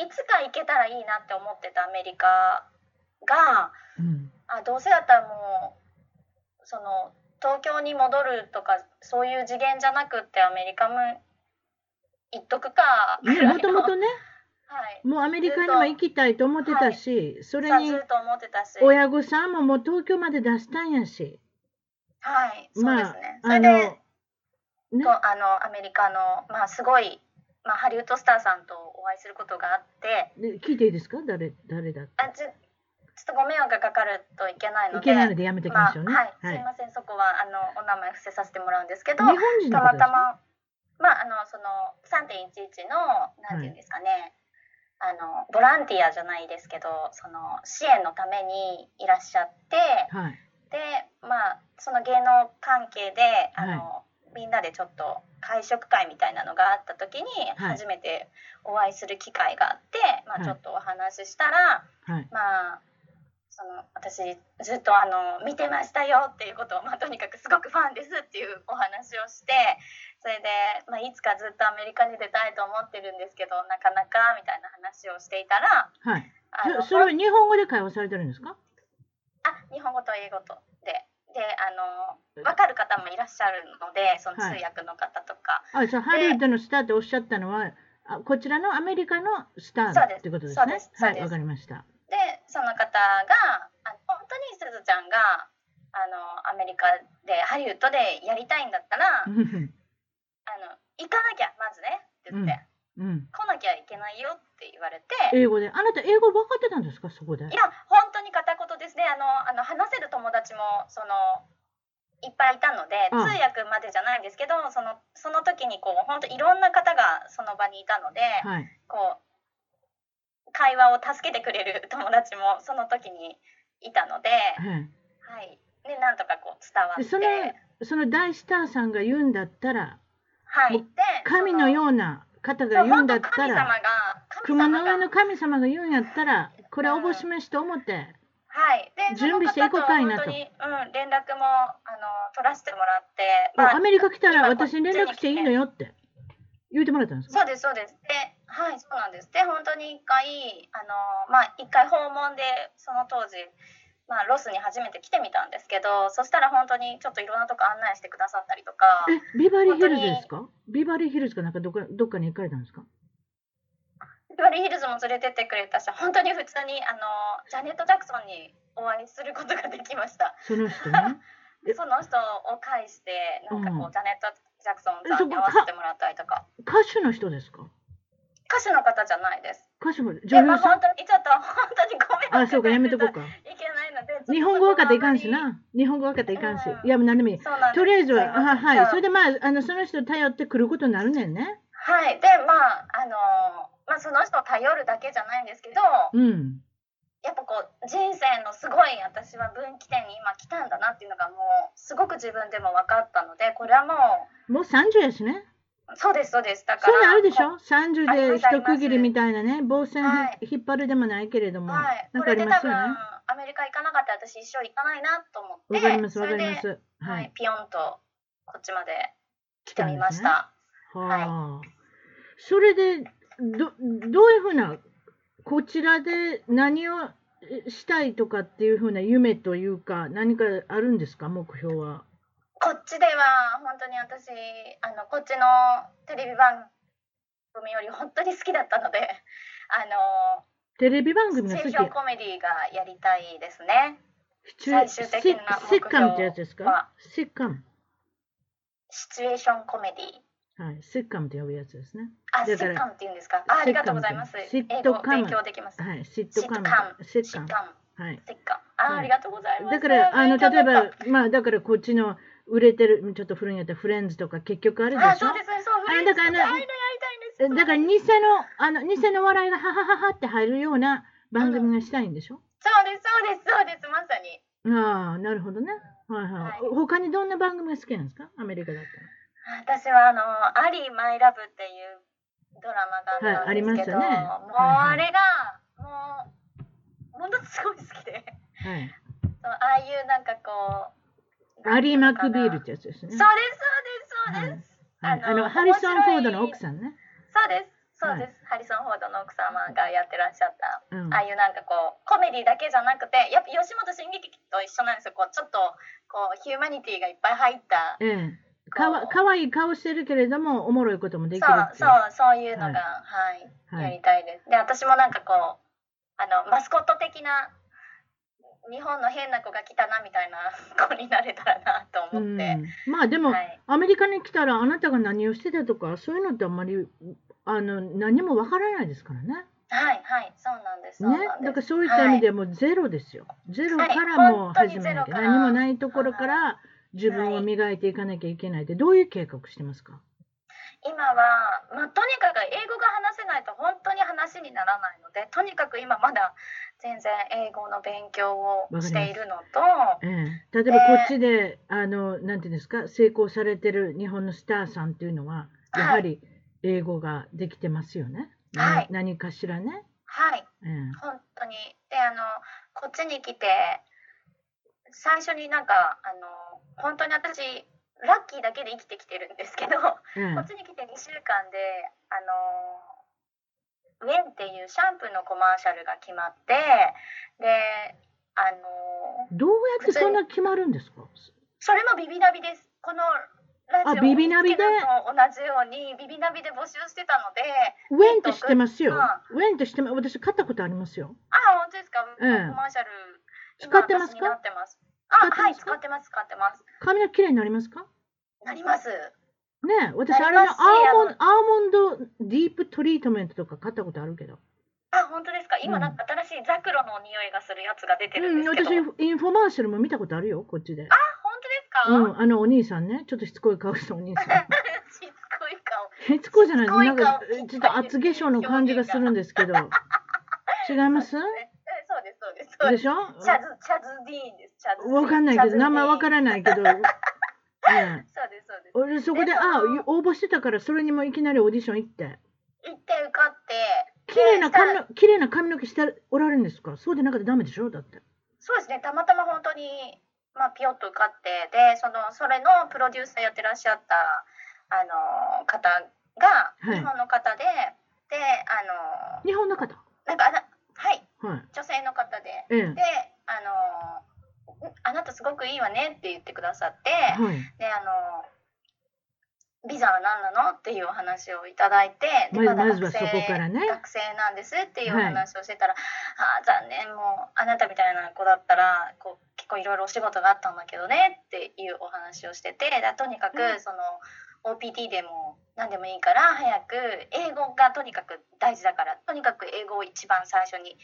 B: いつか行けたらいいなって思ってたアメリカが
A: うん
B: あどうせだったらもうその東京に戻るとかそういう次元じゃなくってアメリカも行っとくかぐらいの
A: もともとね、
B: はい
A: もうアメリカには行きたいと思ってたし、それ
B: さ
A: に
B: ずっと思ってたしはい
A: 親御さんももう東京まで出したんやし、
B: そうですね、
A: あ
B: それで
A: の、ね
B: とあのアメリカのまあすごい、まあ、ハリウッドスターさんとお会いすることがあっ
A: で
B: て
A: 聞いていいですか誰誰だって
B: あちょちょっとご迷惑がかかるといけないの
A: い
B: で
A: けないのでやめておき
B: ま
A: ま
B: あ
A: しょうね。
B: はい、
A: は
B: す
A: い
B: いませんそこはあのお名前伏せさせてもらうんですけ
A: 日
B: ど
A: 本人の方
B: た
A: で
B: ま
A: すか
B: たま、まあ、あのその3.11のなんていうんですかね、あのボランティアじゃないですけどその支援のためにいらっしゃって
A: はい、
B: で、まあ、その芸能関係であの、みんなでちょっと会食会みたいなのがあった時に
A: はい
B: 初めてお会いする機会があって、
A: はい
B: まあ、ちょっとお話ししたら、
A: はい、
B: まあその私ずっとあの見てましたよっていうことを、まあ、とにかくすごくファンですっていうお話をしてそれで、まあ、いつかずっとアメリカに出たいと思ってるんですけどなかなかみたいな話をしていたら
A: はい。
B: あの
A: そそれは日本語で会話されてるんですか
B: あ日本語と英語とでであの分かる方もいらっしゃるのでその通訳の方とか、
A: あ、じゃあハリウッドのスターっておっしゃったのは、あこちらのアメリカのスタ
B: そう
A: ー
B: です
A: ってことです
B: そう
A: ね
B: です。そう
A: は
B: で
A: い、
B: す
A: わかりました。
B: でその方があ本当にすずちゃんがあのアメリカでハリウッドでやりたいんだったら、あの行かなきゃまずねって言って、
A: うんうん、
B: 来なきゃいけないよって言われて。
A: 英語で、あなた英語分かってたんですか、そこで
B: い。や本当に片言ですねあのあの話せる友達もそのいっぱいいたので
A: うん
B: 通訳までじゃないんですけど、そのその時にこう本当いろんな方がその場にいたので、
A: はい、
B: こう会話を助けてくれる友達もその時にいたので、
A: はい
B: はいね、なんとかこう伝わって
A: そのその大スターさんが言うんだったら、
B: はい、
A: もう
B: で
A: 神のような方
B: その
A: が言うんだった
B: そう
A: ら、
B: 本当神様
A: 雲
B: が神様
A: の上の神様
B: が
A: が言うんやったら、これはおぼしめしと思って、
B: はい、で
A: 準備していこうかいなと
B: その方は本当に、うん、連絡もあの取らせてもらって、ま
A: あ
B: あ
A: アメリカ来たら
B: 今こっ
A: 私
B: ち
A: に
B: に
A: 連絡していいのよって言うてもらったんですか
B: そうですそうですではいそうなんですで本当に一回あのまあ一回訪問でその当時まあロスに初めて来てみたんですけどそしたら本当にちょっといろんなとこ案内してくださったりとか
A: え、ビバリーヒルズですかビバリーヒルズかなんかどっかどっかに行かれたんですか
B: ビバリーヒルズも連れてってくれたし本当に普通にあのジャネット・ジャクソンにお会いすることができました
A: その 人ね。え
B: その人を介してなんかこう、
A: うん
B: ジャネット・ジャクソンさんに会わせてもらったりとか
A: 歌手の人ですか
B: 歌手の方じゃないです
A: 歌手も
B: で
A: 女
B: まあ
A: 優さ
B: 本
A: ん
B: 当にちょっと本当にごめん
A: あ、そうか、やめとこうか。
B: いけないので
A: 日本語分かったらいかんし
B: ちょっ
A: な。日本語分かったらいかんし
B: う。ん
A: いや、もう何でもいい。
B: とそこはあんまり
A: と
B: そうなんです
A: りあえず
B: すい
A: は、
B: ま
A: あ
B: せんじ
A: は
B: ゃ
A: い。
B: あ
A: それでまあ、あのその人頼ってくることになるねんね。
B: はいでまああのまあその人を頼るだけじゃないんですけど
A: うん。
B: やっぱこう人生のすごい私は分岐点に今来たんだなっていうのがもうすごく自分でも分かったのでこれはも
A: もう30やしね。
B: うそうですそうですだか
A: そう
B: ら
A: いうのあるでし
B: こ
A: ょ ?30 で一区切りみたいなね、棒線
B: はい
A: ひ引っ張るでもないけれども、
B: はい
A: なん
B: こ
A: かあ
B: れ
A: り
B: で
A: ま
B: 多
A: す
B: 分
A: よね。
B: アメリカ行かなかったら私一生行かないなと思って
A: わかります、
B: そ
A: わか
B: れ
A: りま
B: で、
A: す。は
B: はいい。、ピヨンとこっちまで来てみ
A: 来たん
B: ま
A: です
B: し
A: ね
B: た。
A: はあ。それで、ど、どういうふうな、こちらで何をえしたいとかっていうふうな夢というか、何かあるんですか、目標は。
B: こっちでは本当に私あのこっちのテレビ番組より本当に好きだったのであの
A: テレビ番組
B: シ
A: が
B: チュエ
A: 好き
B: ーション。コメディがやりたいですね
A: シチュエ
B: 最終的な目標は
A: シッカムってやつですかシッカム。
B: シチュエーションコメディ
A: はい、シッカムって呼ぶやつですね。
B: あ
A: だ
B: シ
A: から
B: ッカムっていうんですかあありがとうございます
A: シ
B: 英
A: ッカム
B: 語を勉強できます
A: はい、シットカム
B: シットカ。
A: シッカ
B: シッ
A: ム。
B: カム
A: はい。
B: シッカム
A: うん
B: あありがとうございます
A: だから、あの、
B: 勉強に
A: 例え
B: なっ
A: ば、まあ、だから、こっちの売れてる、ちょっと古いんやったら、フレンズとか、結局あれで
B: たあ
A: し
B: そ
A: ょ
B: うですそう
A: あ
B: フレン
A: だ
B: ズ
A: からね
B: ああいうのやりたいんです
A: だから、偽の、あの、偽の笑いが、ははははって入るような番組がしたいんでしょ
B: そうですそうですそうですまさに
A: ああ、なるほどね。はいはい。
B: はい
A: 他にどんな番組が好きなんですかアメリカだった
B: 私はあの「アリー・マイ・ラブ」っていうドラマがあ
A: は
B: ったんですけど、
A: いありま
B: も
A: したね
B: う
A: はいはい
B: あれがもうものすごい好きで
A: ら。はい。
B: そうああいうなんかこう
A: アリー・マクビールっ
B: そうで
A: てやつですね
B: す。そうですそうです、
A: はい、あ
B: あの
A: の、ハリソン・フォードの
B: 面白い
A: 奥さんね。
B: そうですそうです、ハリソン・フォードの奥様がやってらっしゃった、
A: うん
B: ああいうなんかこうコメディだけじゃなくてやっぱ吉本新喜劇と一緒なんですよこうちょっとこうヒューマニティがいっぱい入った
A: ええかわかわいい顔してるけれどもおもろいこともできるってい
B: そうそうそういうのが、はい
A: は
B: や
A: い
B: りたいです。で私もなんかこうあのマスコット的な日本の変な子が来たなみたいな子になれたらなと
A: う
B: 思っ
A: ん
B: て、、
A: まあでも、
B: はい、
A: アメリカに来たらあなたが何をしてたとかそういうのってあんまりあの何もわからないですからね
B: はいはいそうなんですそう
A: ね
B: なん、
A: だ
B: で
A: から
B: す。
A: そういった意味でもうゼロですよ、ゼロからもう始めなきゃ、
B: はい本当にゼロから
A: 何もないところから自分を磨いていかなきゃいけないってどういう計画してますか、
B: 今は、まあ、とにかく英語が話せないと本当に話にならないのでとにかく今まだ全然英語の勉強をしているのと
A: ええ、例えばこっちで、あのなんていうんですか成功されてる日本のスターさんっていうのは
B: はい
A: やはり英語ができてますよね、
B: はい
A: 何何かしらね、
B: はい
A: ええ
B: 本当にであのこっちに来て最初になんかあの本当に私ラッキーだけで生きてきてるんですけどこ
A: ええ
B: っちに来て2週間であのウェンっていうシャンプーのコマーシャルが決まってであの
A: どうやってそんな決まるんですか
B: それもビビナビです。このラジオ
A: あビビナビで
B: のと同じようにビビナビで募集してたので、
A: ウェンって知ってますよ、
B: うん
A: ウェンって知ってます私買ったことありますよ
B: あ、本当ですか。
A: ええ
B: コマーシャル
A: 使
B: 今
A: ってます
B: 私にな
A: か
B: ってます。
A: 使っ
B: あ、
A: て
B: は
A: ま
B: い、
A: す
B: 使
A: か
B: ってます、使ってます。
A: 髪の毛綺麗になりますか
B: なります。
A: ねえ私あ
B: な
A: れ
B: り
A: のア
B: ま
A: ーモンアーモンド
B: すし
A: ディープトリートメントとか買ったことあるけど、
B: あ、本当ですか。今
A: うん
B: なんか新しいザクロの匂いがするやつが出てる
A: うんん、
B: です
A: 私
B: けど。あ、
A: インフォマーシャルも見たことあるよこっちでう
B: 本当です
A: ん、
B: か。
A: あのお兄さんねちょっとしつこい顔したお兄さん
B: しつこい顔。
A: しつこいじゃない
B: しつこい
A: なんか
B: 顔
A: ちょっと厚化粧の感じがするんですけど違います
B: えそうです、そうです、そ
A: で
B: うです。
A: しょ
B: チャズ、チャズディーンです。チャズディーン。
A: わかんないけど名前わかららないけ ど、うん、
B: そうです、そうです。
A: 俺そこで
B: で
A: あ
B: も
A: 応募してたからそれにもいきなりオーディション行って
B: 行って受かって。
A: 綺麗な髪
B: で
A: の綺麗な髪の毛しておられるんですかそうでなかったらダメでしょだって
B: そうですねたまたま本当に、まあ、ピヨッと受かってでそのそれのプロデューサーやってらっしゃったあの方が
A: はい
B: 日本の方で、であの
A: 日本の方
B: なんかあなはい
A: はい
B: 女性の方で
A: ええ
B: であの「あなたすごくいいわね」って言ってくださって、
A: はい
B: であのビザは何なのっていうお話をいただいて
A: ま
B: で
A: ず
B: だ
A: まずは
B: 学生
A: そこからね
B: 学生なんですっていうお話をしてたら、あー残念もうあなたみたいな子だったらこう結構いろいろお仕事があったんだけどねっていうお話をしててだとにか
A: うん
B: くその、OPT でも何でもいいから早く英語がとにかく大事だからとにかく英語を一番最初に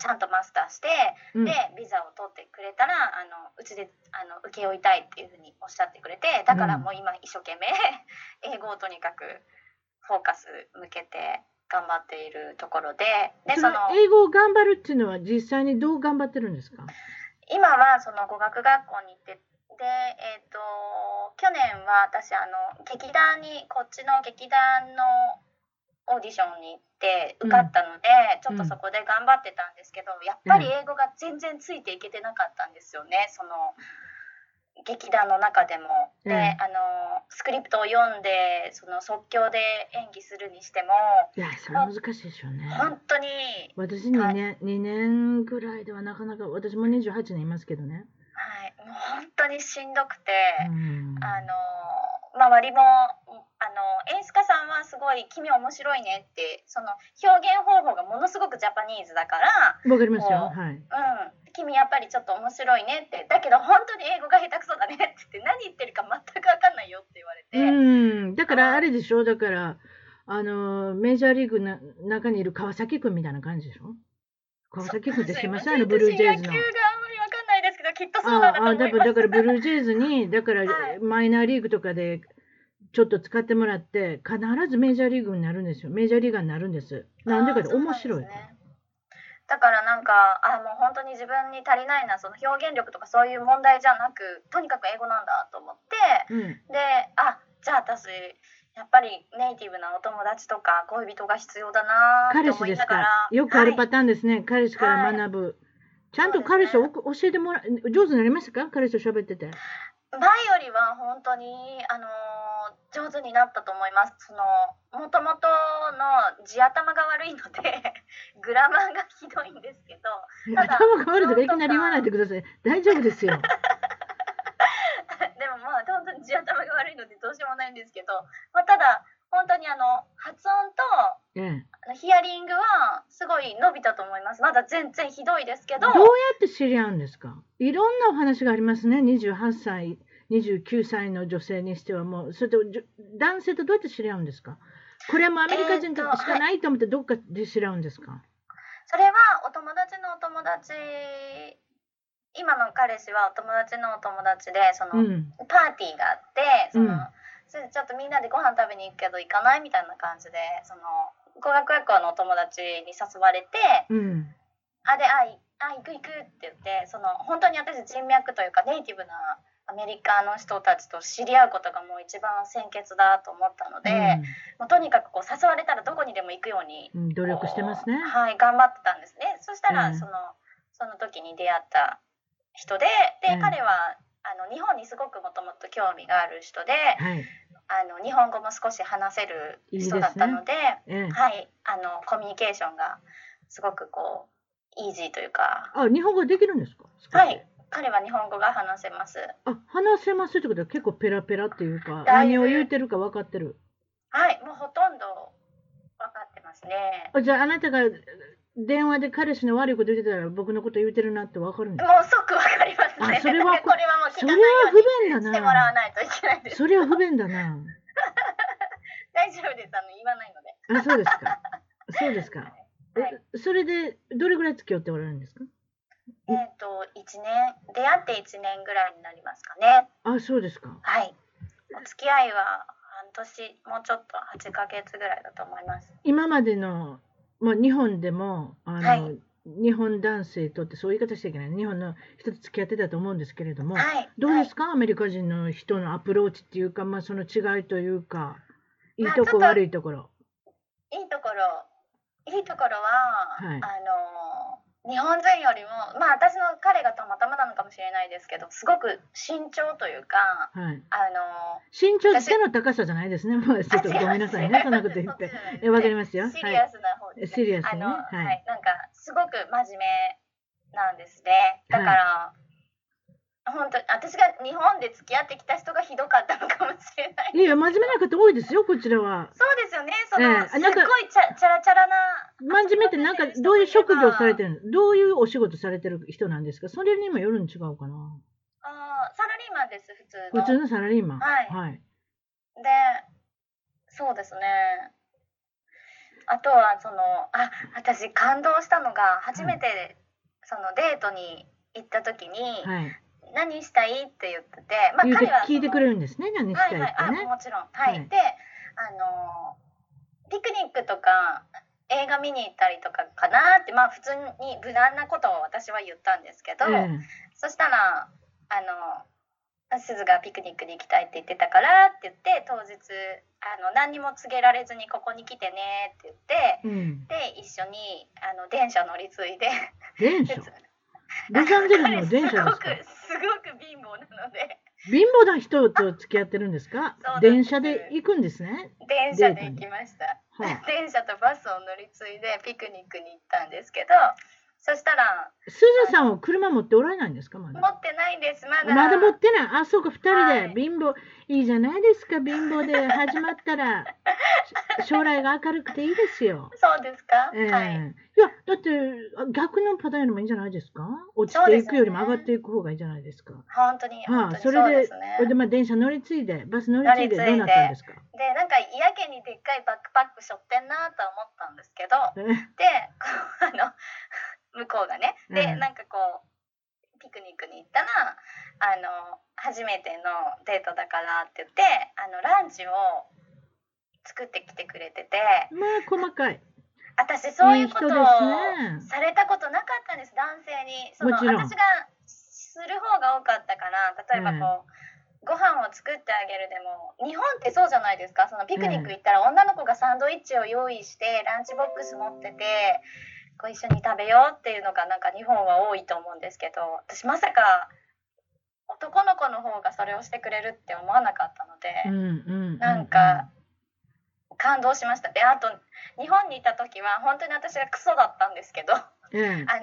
B: ちゃんとマスターして
A: うん
B: でビザを取ってくれたらあのうちであの請け負いたいっていうふうにおっしゃってくれてだから
A: うん
B: もう今一生懸命 英語をとにかくフォーカス向けて頑張っているところでで
A: そ
B: そ
A: の
B: の
A: 英語を頑張るっていうのは実際にどう頑張ってるんですか
B: 今はその語学学校に行ってでえっ、と去年は私あの劇団にこっちの劇団のオーディションに行って受かったので、ちょっとそこで頑張ってたんですけど、やっぱり英語が全然ついていけてなかったんですよね、その劇団の中でも。で、
A: うん
B: あのスクリプトを読んでその即興で演技するにしても
A: いやそれ難しいでしょうね
B: 本当に
A: 私2年2年ぐらいではなかなか私も28年いますけどね、
B: はいもう本当にしんどくて。
A: うん、
B: あの周りもあの演出家さんはすごい君面白いねってその表現方法がものすごくジャパニーズだから、
A: わかりますよ
B: こう
A: はい
B: うん、君やっぱりちょっと面白いねってだけど本当に英語が下手くそだねって言って何言ってるか全く分かんないよって言われて、
A: うんだからあれでしょだからあのメジャーリーグの中にいる川崎君みたいな感じでしょ川崎君って知りませんあのブルージェイズ
B: 野
A: の
B: 球があんまり分かんないですけどきっとそうなんだと
A: ああ
B: 思
A: だ
B: い
A: から
B: ます
A: だからブルージェイズにだから
B: はい
A: マイナーリーグとかでちょっと使ってもらって必ずメジャーリーグになるんですよメジャーリーガーになるんですなんでかって
B: あーそう
A: 面
B: なんです
A: 白いから
B: ねだからなんかあーもう本当に自分に足りないなその表現力とかそういう問題じゃなくとにかく英語なんだと思って
A: うん
B: であじゃあ私やっぱりネイティブなお友達とか恋人が必要だなーっ
A: 彼氏
B: て思い
A: です
B: な
A: か
B: が
A: ら
B: ら
A: よくある
B: はい
A: パターンですね、彼氏から学ぶ、ちゃんと彼氏をおく教えてもらう上手になりましたか彼氏と喋ってて
B: 前よりは本当に、あのー上手になったと思いますそのもともとの地頭が悪いので グラマーがひどいんですけどただ
A: 頭が悪いとかいきなり言わないでください大丈夫ですよ
B: ど、まあ、ただ本当にあの発音と
A: ええ
B: あのヒアリングはすごい伸びたと思いますまだ全然ひどいですけど
A: どうやって知り合うんですかいろんなお話がありますね28歳29歳の女性にしてはもうそれとじょ男性とどうやって知り合うんですかこれはもうアメリカ人
B: えー
A: か
B: と
A: しかないと思ってどっかで知り合うんですか、
B: それはお友達のお友達今の彼氏はお友達のお友達でその、
A: うん
B: パーティーがあってその、
A: うん
B: それでちょっとみんなでご飯食べに行くけど行かないみたいな感じでその語学学校のお友達に誘われて
A: うん
B: あであいあ行く行くって言ってその本当に私人脈というかネイティブなアメリカの人たちと知り合うことがもう一番先決だと思ったので、もうとにかくこう誘われたらどこにでも行くように
A: うん、努力してますね
B: こうはい頑張ってたんですねそした
A: う
B: ら
A: ん
B: その,、その時に出会った人でで、
A: うん
B: 彼はあの日本にすごくもともと興味がある人で
A: はい
B: あの日本語も少し話せる人だったので
A: ええ
B: はいあのコミュニケーションがすごくこうイージーというか
A: あ日本語できるんですか少し
B: はい彼は日本語が話せます
A: あ話せますってことは結構ペラペラっていうか
B: だいぶ
A: 何を言うてるか分かってる
B: はいもうほとんど分かってますね
A: あじゃああなたが電話で彼氏の悪いこと言ってたら僕のこと言うてるなって分かるんです
B: も
A: か
B: う即分かりますね
A: あそれは
B: これはもう聞
A: そ
B: か
A: れはい
B: なように
A: 不便だ
B: してもらわ
A: な
B: ないといけないです
A: それは不便だな
B: 大丈夫です。あの言わないので。
A: あ、そうですか。そうですか。
B: はい
A: えそれで、どれぐらい付き合っておられるんですかうん
B: えっ、と一年出会って一年ぐらいになりますかね。
A: あ、そうですか。
B: はい。お付き合いは半年もうちょっと八ヶ月ぐらいだと思います。
A: 今までの、まあ、日本でも、あの、
B: はい
A: 日本男性とってそういう言い方しちゃいけない。日本の人と付き合ってたと思うんですけれども、
B: はい。
A: どうです
B: か。
A: か、アメリカ人の人のアプローチっていうか、まあ、その違いというか、いい
B: まあ
A: と
B: ちょ
A: こ、
B: っと
A: 悪いところ。
B: いいところいいところは、
A: はい
B: あの日本人よりもまあ私の彼がたまたまなのかもしれないですけど、すごく慎重というか
A: はい。
B: あの。
A: 身長背の高さじゃないですね。まあ、ちょっとごめんなさいね、そんなこと 言って。え、わかりますよ。は
B: シリア
A: い。
B: スな方です、
A: シリアス
B: あ
A: ね。
B: の、はい、
A: はい。
B: なんかすごく真面目なんですね。だから、本当私が日本で付き合ってきた人がひどかったのかもしれない。
A: いや、真面目な方多いですよ、こちらは。
B: そうですよね。その、
A: ええなんか
B: すっごいチャチャラチャラな。
A: 真面目ってなんかどういう職業されてるのどういうお仕事されてる人なんですかそれにもよるに違うかな
B: あーサラリーマンです普通
A: 普
B: の。
A: 通のサラリーマン
B: はい
A: はい、
B: で、そうですね。あとはそのあ私感動したのが初めてそのデートに行った時に
A: はい
B: 何したいって言ってて、まあ
A: 言うて
B: 彼はその
A: 聞いてくれるんですね何し
B: は
A: たいっ
B: いはい、あ
A: てね
B: もちろん、はい
A: はい
B: であのーピクニックとか映画見に行ったりとかかなってまあ普通に無難なことを私は言ったんですけど、
A: え
B: そしたらあのすずがピクニックに行きたいって言ってたからって言って当日あの何にも告げられずにここに来てねって言って
A: えうん
B: で一緒にあの電車乗り継いで
A: 電 車ロサンゼルスの電車ですか
B: 彼すごくすごく貧乏なので
A: 貧乏な人と付き合ってるんですか
B: そうです
A: 電車で行くんですね
B: 電車で行きました。
A: はい
B: 電車とバスを乗り継いでピクニックに行ったんですけどそしたら
A: すずさんは車持っておられないんですかま
B: 持
A: だ
B: ってないですまだ
A: まだ持ってないあそうか2
B: は
A: 人
B: い
A: で貧乏いいじゃないですか貧乏で始まった らし将来が明るくていいですよ
B: そうですか、
A: ええ、
B: はいい
A: やだってあ逆のパターンのもいいんじゃないですか落ちていくよりも上がっていく方がいいじゃないですか
B: 本当に
A: は
B: 本
A: あ、
B: 当
A: そ
B: にそう
A: れ
B: で
A: ですそ
B: ね
A: れでまあ電車乗り継いでバス乗り継いで
B: 乗
A: ど
B: り継いで
A: うなったんですか
B: でなんかやけにでっかいバックパック背負ってんなとは思ったんですけど
A: え
B: でこうあの向 こうがねで、
A: うん
B: なんかこうピクニックに行ったらあの初めてのデートだからって言ってあのランチを作ってきてくれてて
A: まあ細かい
B: 私そうい
A: いうい
B: こ
A: 人
B: と
A: で
B: を
A: すね
B: されたことなかったんです男性にその
A: もちろん
B: 私がする方が多かったから例えばこう、ご飯を作ってあげるでも日本ってそうじゃないですかそのピクニック行ったら女の子がサンドイッチを用意してランチボックス持っててこう一緒に食べようっていうのがなんか日本は多いと思うんですけど私まさか男の子の方がそれをしてくれるって思わなかったので。
A: うんうんう
B: なんか感動しましたであと日本にいた時は本当に私がクソだったんですけどあ
A: ええ
B: のいか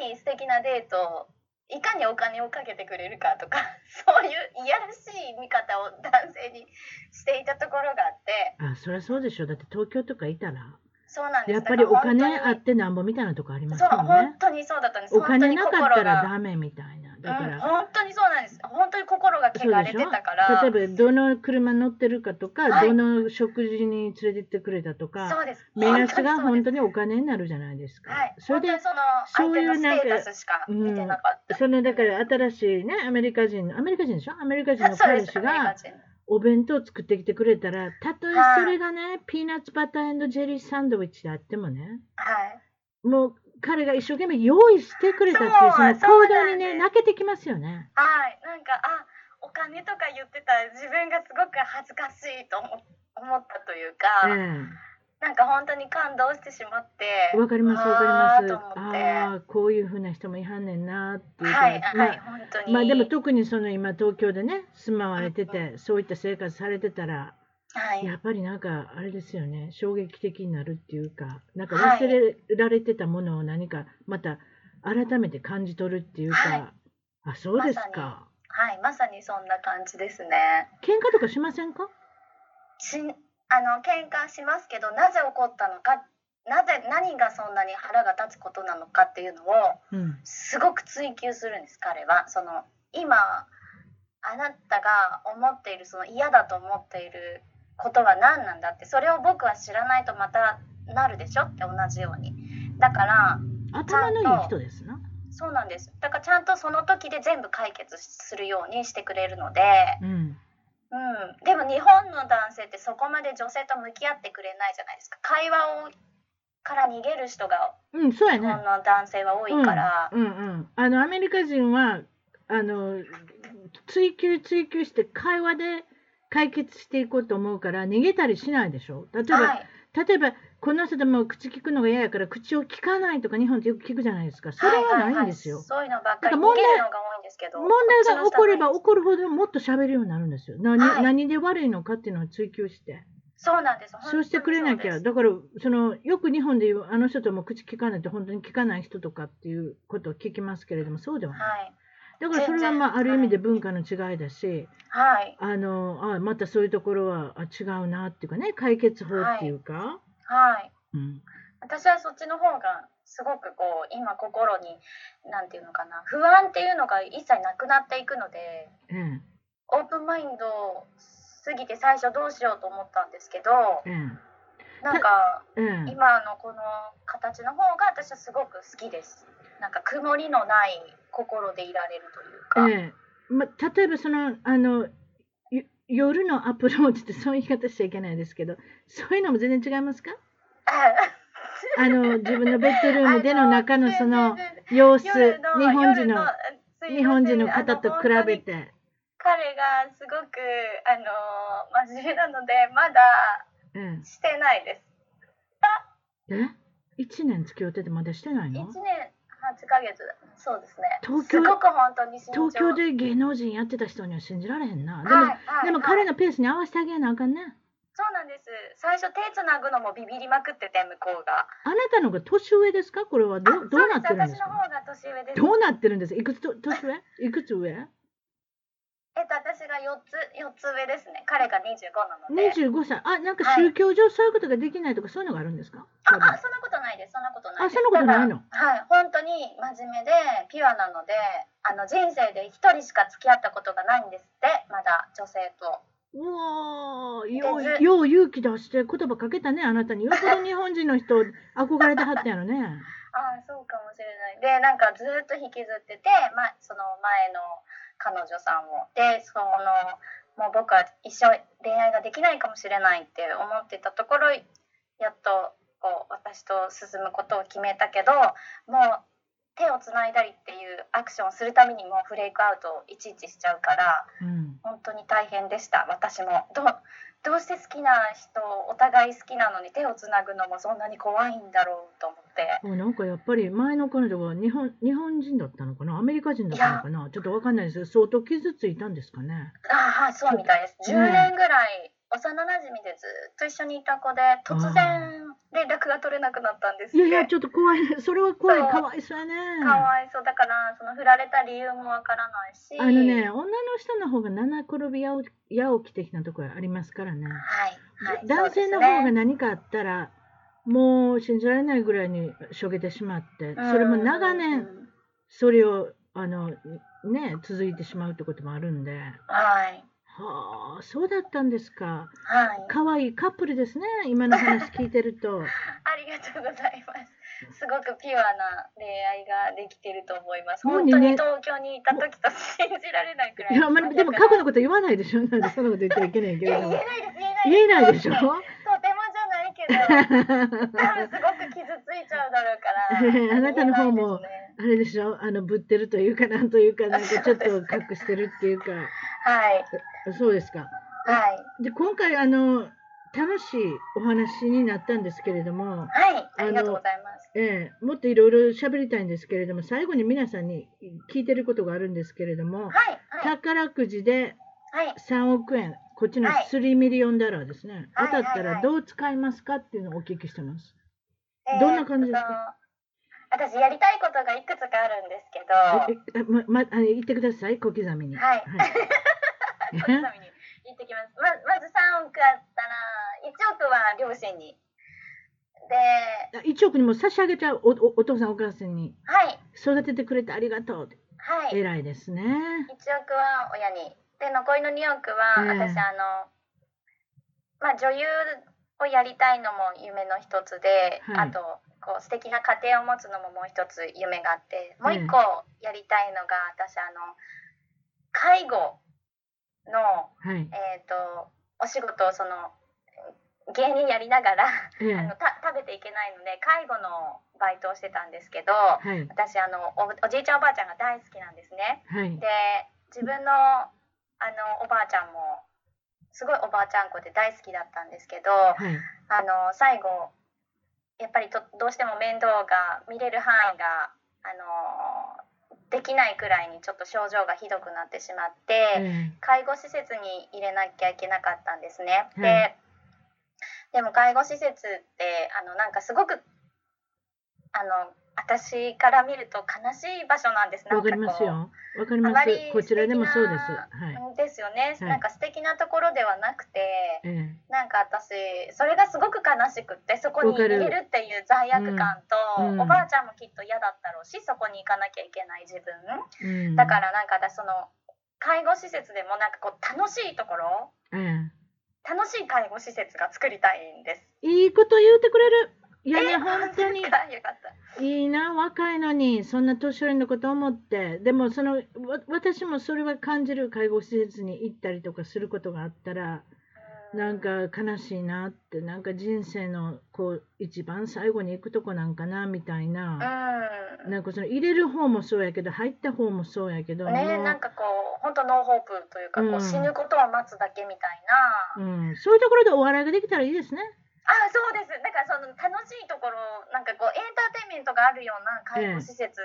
B: に素敵なデートをいかにお金をかけてくれるかとかそういういやらしい見方を男性にしていたところがあって
A: あそりゃそうでしょだって東京とかいたら
B: そうなんです
A: やっぱりお金
B: だ
A: あ
B: から
A: ってなんぼみたいなとこありま
B: 本当に
A: す
B: そ
A: も
B: う
A: んね
B: 本当にそうだったんです
A: お金なかったら
B: 本
A: ダメみたいな
B: 当に
A: だか
B: 心がうん、
A: ら、
B: 本当にそうなんです本当に心が
A: そう
B: 汚
A: で
B: れ
A: してょ
B: たから
A: 例えばどの車乗ってるかとか、
B: はい
A: どの食事に連れてってくれたと
B: そ
A: か
B: うです
A: 目安が
B: そう
A: 本
B: です
A: 当にお金になるじゃないですか、
B: はい
A: それで
B: 本当にその
A: そういうなん
B: 相
A: か
B: 手のステータスしか見てなかった、
A: そのだから新しいねアメリカ人のアメリカ人でしょアメリカ人の
B: そう
A: 彼
B: で
A: 氏
B: すアメリ
A: が
B: カ人
A: お弁当を作ってきてくれたらたとえ
B: はい
A: それがねピーナッツバタージェリーサンドイッチであってもね
B: はい
A: もう彼が一生懸命用意してくれたっていう
B: そう
A: その
B: そう
A: 行
B: な
A: 動
B: ん
A: に
B: です
A: ね泣けてきますよね。
B: はい、なんか、あ、お金とか言ってた自分がすごく恥ずかしいと思思ったという
A: ええ
B: か、なんか本当に感動してしまって、
A: わかりますわかります。
B: あーと思って、
A: ああこういうふうな人もいはんねんなっていうか、
B: はい、
A: ま
B: はい、
A: あ
B: 本当に。
A: まあでも特にその今東京でね住まわれててそういった生活されてたら
B: はい、
A: やっぱりなんかあれですよね衝撃的になるっていうかなんか
B: はい
A: 忘れられてたものを何かまた改めて感じ取るっていうか、
B: はい
A: あそうですか、
B: はい、まさにそんな感じですね。
A: 喧嘩とかしませんか
B: し、あの喧嘩しますけど、なぜ起こったのか、なぜ何がそんなに腹が立つことなのかっていうのを。
A: うん
B: すごく追求するんです彼はその今あなたが思っているその嫌だと思っていることは何なんだってそれを僕は知らないとまたなるでしょって同じようにだから
A: 頭のいい人ですな、
B: そうなんですだからちゃんとその時で全部解決するようにしてくれるので、
A: うん、
B: うん、でも日本の男性ってそこまで女性と向き合ってくれないじゃないですか会話をから逃げる人が
A: うんそうや
B: 日
A: ね
B: 本の男性は多いから、
A: うんうん、あのアメリカ人はあの追求追求して会話で解決していこうと思うから逃げたりしないでしょ例えば、
B: はい
A: 例えばこの人でも口聞くのが嫌やから口を聞かないとか日本ってよく聞くじゃないですかそれはないんですよ、
B: はいはいはい、そういうのばっかり
A: なんか
B: 逃
A: 問
B: げ
A: 題
B: るのが多いんですけど
A: 問題が起これば
B: こっちの人はない
A: 起こるほどもっと喋るようになるんですよ何,、
B: はい
A: 何で悪いのかっていうのを追求して
B: そうなんです
A: そうしてくれなきゃ
B: 本当にそうです
A: だからそのよく日本でいうあの人とも口聞かないって本当に聞かない人とかっていうことを聞きますけれどもそうではない
B: はい
A: だからそれは
B: 全然
A: まあある意味で文化の違いだし、
B: はい
A: あのあまたそういうところはあ違うなっていうかね解決法っていうか、
B: はい
A: うん、
B: 私はそっちの方がすごくこう今心になんていうのかな不安っていうのが一切なくなっていくので
A: ええ
B: オープンマインドすぎて最初どうしようと思ったんですけど
A: え
B: なんか
A: えええ
B: 今のこの形の方が私はすごく好きですなんか曇りのない心でいられるというか、
A: ええま、例えばそのあのよ夜のアプローチって そういう言い方しちゃいけないですけどそういうのも全然違いますか あの自分のベッドルームでの中のその様子日
B: 夜の
A: 本人の
B: 夜すいません
A: 日本人の方と比べ
B: あの本当に
A: て、
B: 彼がすごくあの真面目なのでまだ
A: え
B: してないです
A: え、え1年付き合っててまだしてない
B: 1
A: の
B: 年8ヶ月そうですね
A: 東
B: す
A: 京
B: ごく本当に慎重
A: 東京で芸能人やってた人には信じられへんな。でも、
B: はいはい
A: でも
B: はい
A: 彼のペースに合わせてあげなあかんね。
B: そうなんです最初手つなぐのもビビりまくってて向こうが
A: あなたの方が年上ですかこれはど
B: あ
A: うどうなってるんです
B: そう
A: か
B: です私の方が年上です
A: どうなってるんですいくつと年上いくつ上
B: えっと私が4つ四つ上ですね彼が25なので
A: ?25 歳。あ、なんか
B: はい
A: 宗教上そういうことができないとかそういうのがあるんですか
B: あ
A: 多分
B: あそんなことないですそんなことない
A: あそ
B: です
A: んなことないの
B: ただはい本当に真面目でピュアなのであの人生で一人しか付き合ったことがないんですってまだ女性と
A: うわーよ
B: 全然
A: うよう勇気出して言葉かけたね、あなたに。よっぽど日本人の人憧れてはったやろね。
B: ああそうかもしれないでなんかずっと引きずってて、ま、その前の彼女さんをでそのもう僕は一生恋愛ができないかもしれないって思ってたところやっとこう私と進むことを決めたけどもう手をつないだりっていうアクションをするためにもうフレイクアウトをいちいちしちゃうから
A: うん。
B: 本当に大変でした私もどうどうして好きな人お互い好きなのに手をつなぐのもそんなに怖いんだろうと思って。
A: あなんかやっぱり前の彼女は日本日本人だったのかなアメリカ人だったのかなちょっとわかんないですけど相当傷ついたんですかね。
B: ああそうみたいです
A: うん
B: 10年ぐらい幼なじみでずっと一緒にいた子で突然連絡が取れなくなったんです
A: いやいや、
B: って
A: ちょっと怖い、 それは怖い、
B: そう
A: かわいそうやね。
B: かわいそうだからその振られた理由もわからないし
A: あのね、女の人の方が七転び八起き八起き的なところありますからね。
B: はい、はい、
A: 男性の
B: そ
A: 方
B: うで
A: が
B: すね
A: 何かあったら、もう信じられないぐらいにしょげてしまって、それも長
B: うん
A: 年
B: うんうん
A: それをあのね続いてしまうってこともあるんで、
B: はい
A: はあ、そうだったんですか。
B: はい
A: 可愛いカップルですね。今の話聞いてると。
B: ありがとうございます。すごくピュアな恋愛ができてると思います。
A: もう
B: 本
A: 二
B: 当
A: 年
B: に東京にいた時と信じられないくらい。
A: いや、まあ、でも過去のこと言わないでしょ。なんでそんなこと言っちゃいけない
B: い
A: けれ
B: や
A: ど
B: 言え
A: も。
B: ないです
A: 言え
B: 言えない
A: ない
B: で。
A: ですしょ。
B: とてもじゃないけど、多分すごく傷ついちゃうだろうから。
A: ね えあなたの方も
B: 言えないですね
A: あれでしょあのぶってるというかなんというかなんかちょっと隠してるっていうか
B: はい
A: そうですか
B: はい
A: で今回あの楽しいお話になったんですけれども、
B: はいありがとうございます。
A: ええ、もっといろいろ喋りたいんですけれども最後に皆さんに聞いてることがあるんですけれども
B: はいはい
A: 宝くじで
B: はい
A: 3億円こっちの
B: はい
A: 3ミリオンダラーですね
B: は
A: 当
B: い
A: たった
B: はいは
A: ら
B: い
A: どう使いますかっていうのをお聞きしてます。
B: えー
A: どんな感じですか
B: その私やりたいことがいくつかあるんですけど、
A: ええままあ言ってください小刻みに。
B: はい
A: え
B: ちなみに行ってきます。ままず3億あったら、1億は両親に。で、
A: 1億にも差し上げちゃうおおお父さんお母さんに
B: はい、
A: 育ててくれてありがとうって
B: はい、1
A: 偉いですね
B: 億は親に。で、残りの2億は、
A: ええ
B: 私、あの、まあ、女優をやりたいのも夢の一つで、
A: はい
B: あと、こう素敵な家庭を持つのももう一つ夢があって、もう一個やりたいのが、私、あの、介護の、
A: はい
B: えっ、と、お仕事をその、芸人やりながら、
A: ええ
B: あのた食べていけないので介護のバイトをしてたんですけど
A: はい
B: 私あのおおじいちゃんおばあちゃんが大好きなんですね
A: はい
B: で自分のあのおばあちゃんもすごいおばあちゃん子で大好きだったんですけど
A: は
B: あ
A: い
B: の最後やっぱりとどうしても面倒が見れる範囲があのできないくらいにちょっと症状がひどくなってしまって。
A: え
B: 介護施設に入れなきゃいけなかったんですね。で、
A: は
B: でも介護施設ってあのなんかすごくあの私から見ると悲しい場所なんです。
A: え
B: な
A: わ
B: ん
A: かり
B: かこう
A: ますよわかり
B: あ
A: ま
B: ますり
A: こちらでもそうです
B: 素
A: はい
B: うんですよね、
A: はい
B: なんか素敵なところではなくて
A: え
B: なんか私それがすごく悲しくってそこに
A: わかる
B: 入れるっていう罪悪感と、
A: うんうん
B: おばあちゃんもきっと嫌だったろうしそこに行かなきゃいけない自分、
A: えうん
B: だからなんか私その介護施設でもなんかこう楽しいところ
A: え
B: 楽しい介護施設が作りたいんです。
A: えいいこと言うてくれるいやいや
B: え
A: 本当に
B: よかった。
A: いいな若いのにそんな年寄りのこと思ってでもそのわ私もそれは感じる介護施設に行ったりとかすることがあったら
B: う
A: なんか悲しいなってなんか人生のこう一番最後に行くとこなんかなみたいな、
B: うん。
A: なんかその入れる方もそうやけど入った方もそうやけど、
B: ね
A: もう
B: なんかこう本当ノーホープというか、
A: う
B: こ
A: ん
B: う死ぬことを待つだけみたいな。
A: うん、そういうところでお笑いができたらいいですね。
B: あそうですだからその楽しいところなんかこうエンターテインメントがあるような介護施設、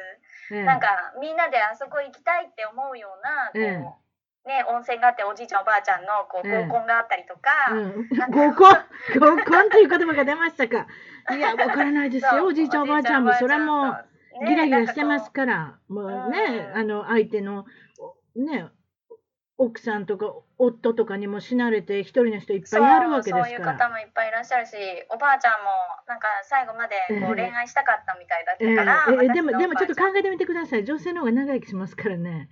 A: ええ
B: なんかみんなであそこ行きたいって思うようなこう、
A: え
B: ね、温泉があっておじいちゃんおばあちゃんのこう
A: ええ
B: 合コンがあったりとか、
A: うん、
B: なん
A: 合コン合コンという言葉が出ましたか。いやわからないです
B: そう
A: よおじいちゃんおばあちゃんもそれはもう。
B: うね
A: ギラギラして
B: な
A: ま
B: んかこ
A: す
B: う
A: から、もうね、
B: うん
A: あの相手のね奥さんとか夫とかにも死なれて一人の人いっぱいあるわけです
B: そうそういう
A: か
B: 方
A: ら。
B: もいっぱいいらっしゃるしおばあちゃんもなんか最後までこう
A: ええ
B: 恋愛したかったみたいだった
A: ええ
B: から、
A: ええで
B: 私の
A: もでもちょっと
B: おばあ
A: 考えてみてください。女性の方が長生きしますからね。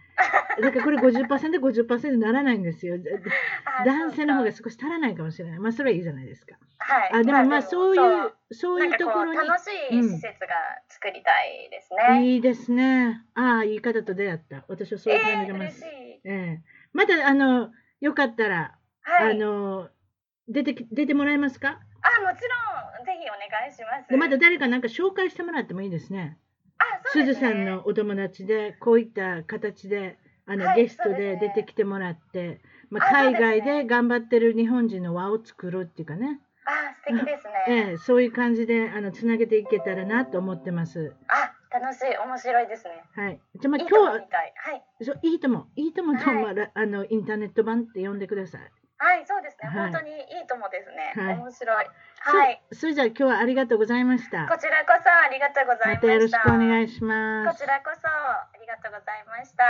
A: だからこれ50%、50%にならないんです よ。
B: ゃんあ
A: 男性の方が
B: そう
A: 少し足らないかもしれない。まあそれはいいじゃないですか。
B: かはい
A: あでもまあ
B: でも
A: そういうそう
B: ないん
A: う
B: か
A: と
B: こ
A: こ
B: う
A: ろに
B: 楽しい施設が作りたいですね、
A: いいですね。ああいい方と出会った。私はそういう感
B: え
A: じ
B: え
A: がま
B: 嬉
A: す
B: し。い
A: ええまたあのよかったら
B: はいあ
A: あの出てき出てもらえますか
B: もちろんぜひお願いします
A: でまだ誰かなんか紹介してもらってもいいですね。
B: あそ
A: す
B: うで
A: ず
B: す、ね、
A: さんのお友達でこういった形であの、
B: はい
A: ゲスト
B: そうで
A: です
B: ね
A: 出てきてもらって、ま
B: あ
A: あ、
B: そう
A: 海
B: ですね
A: 外で頑張ってる日本人の輪を作るっていうかね、
B: あ素敵ですね、
A: ええ、そういう感じであのつなげていけたらなと思ってます。
B: あ楽しい面白いですね
A: はい、じゃあまあ
B: いい
A: 今
B: とこみ
A: 日
B: たいはい
A: そういいともいいともと、
B: はい
A: まあらあのインターネット版って呼んでください。
B: あはい、そうですね。
A: はい
B: 本当にいい友ですね。
A: はい
B: 面白い。はい。
A: そそれじゃあ今日はありがとうございました。
B: こちらこそありがとうござい
A: ま
B: ましたた。
A: よろしくお願
B: い
A: いしま
B: こ
A: す
B: ち。らこそありがとうございました。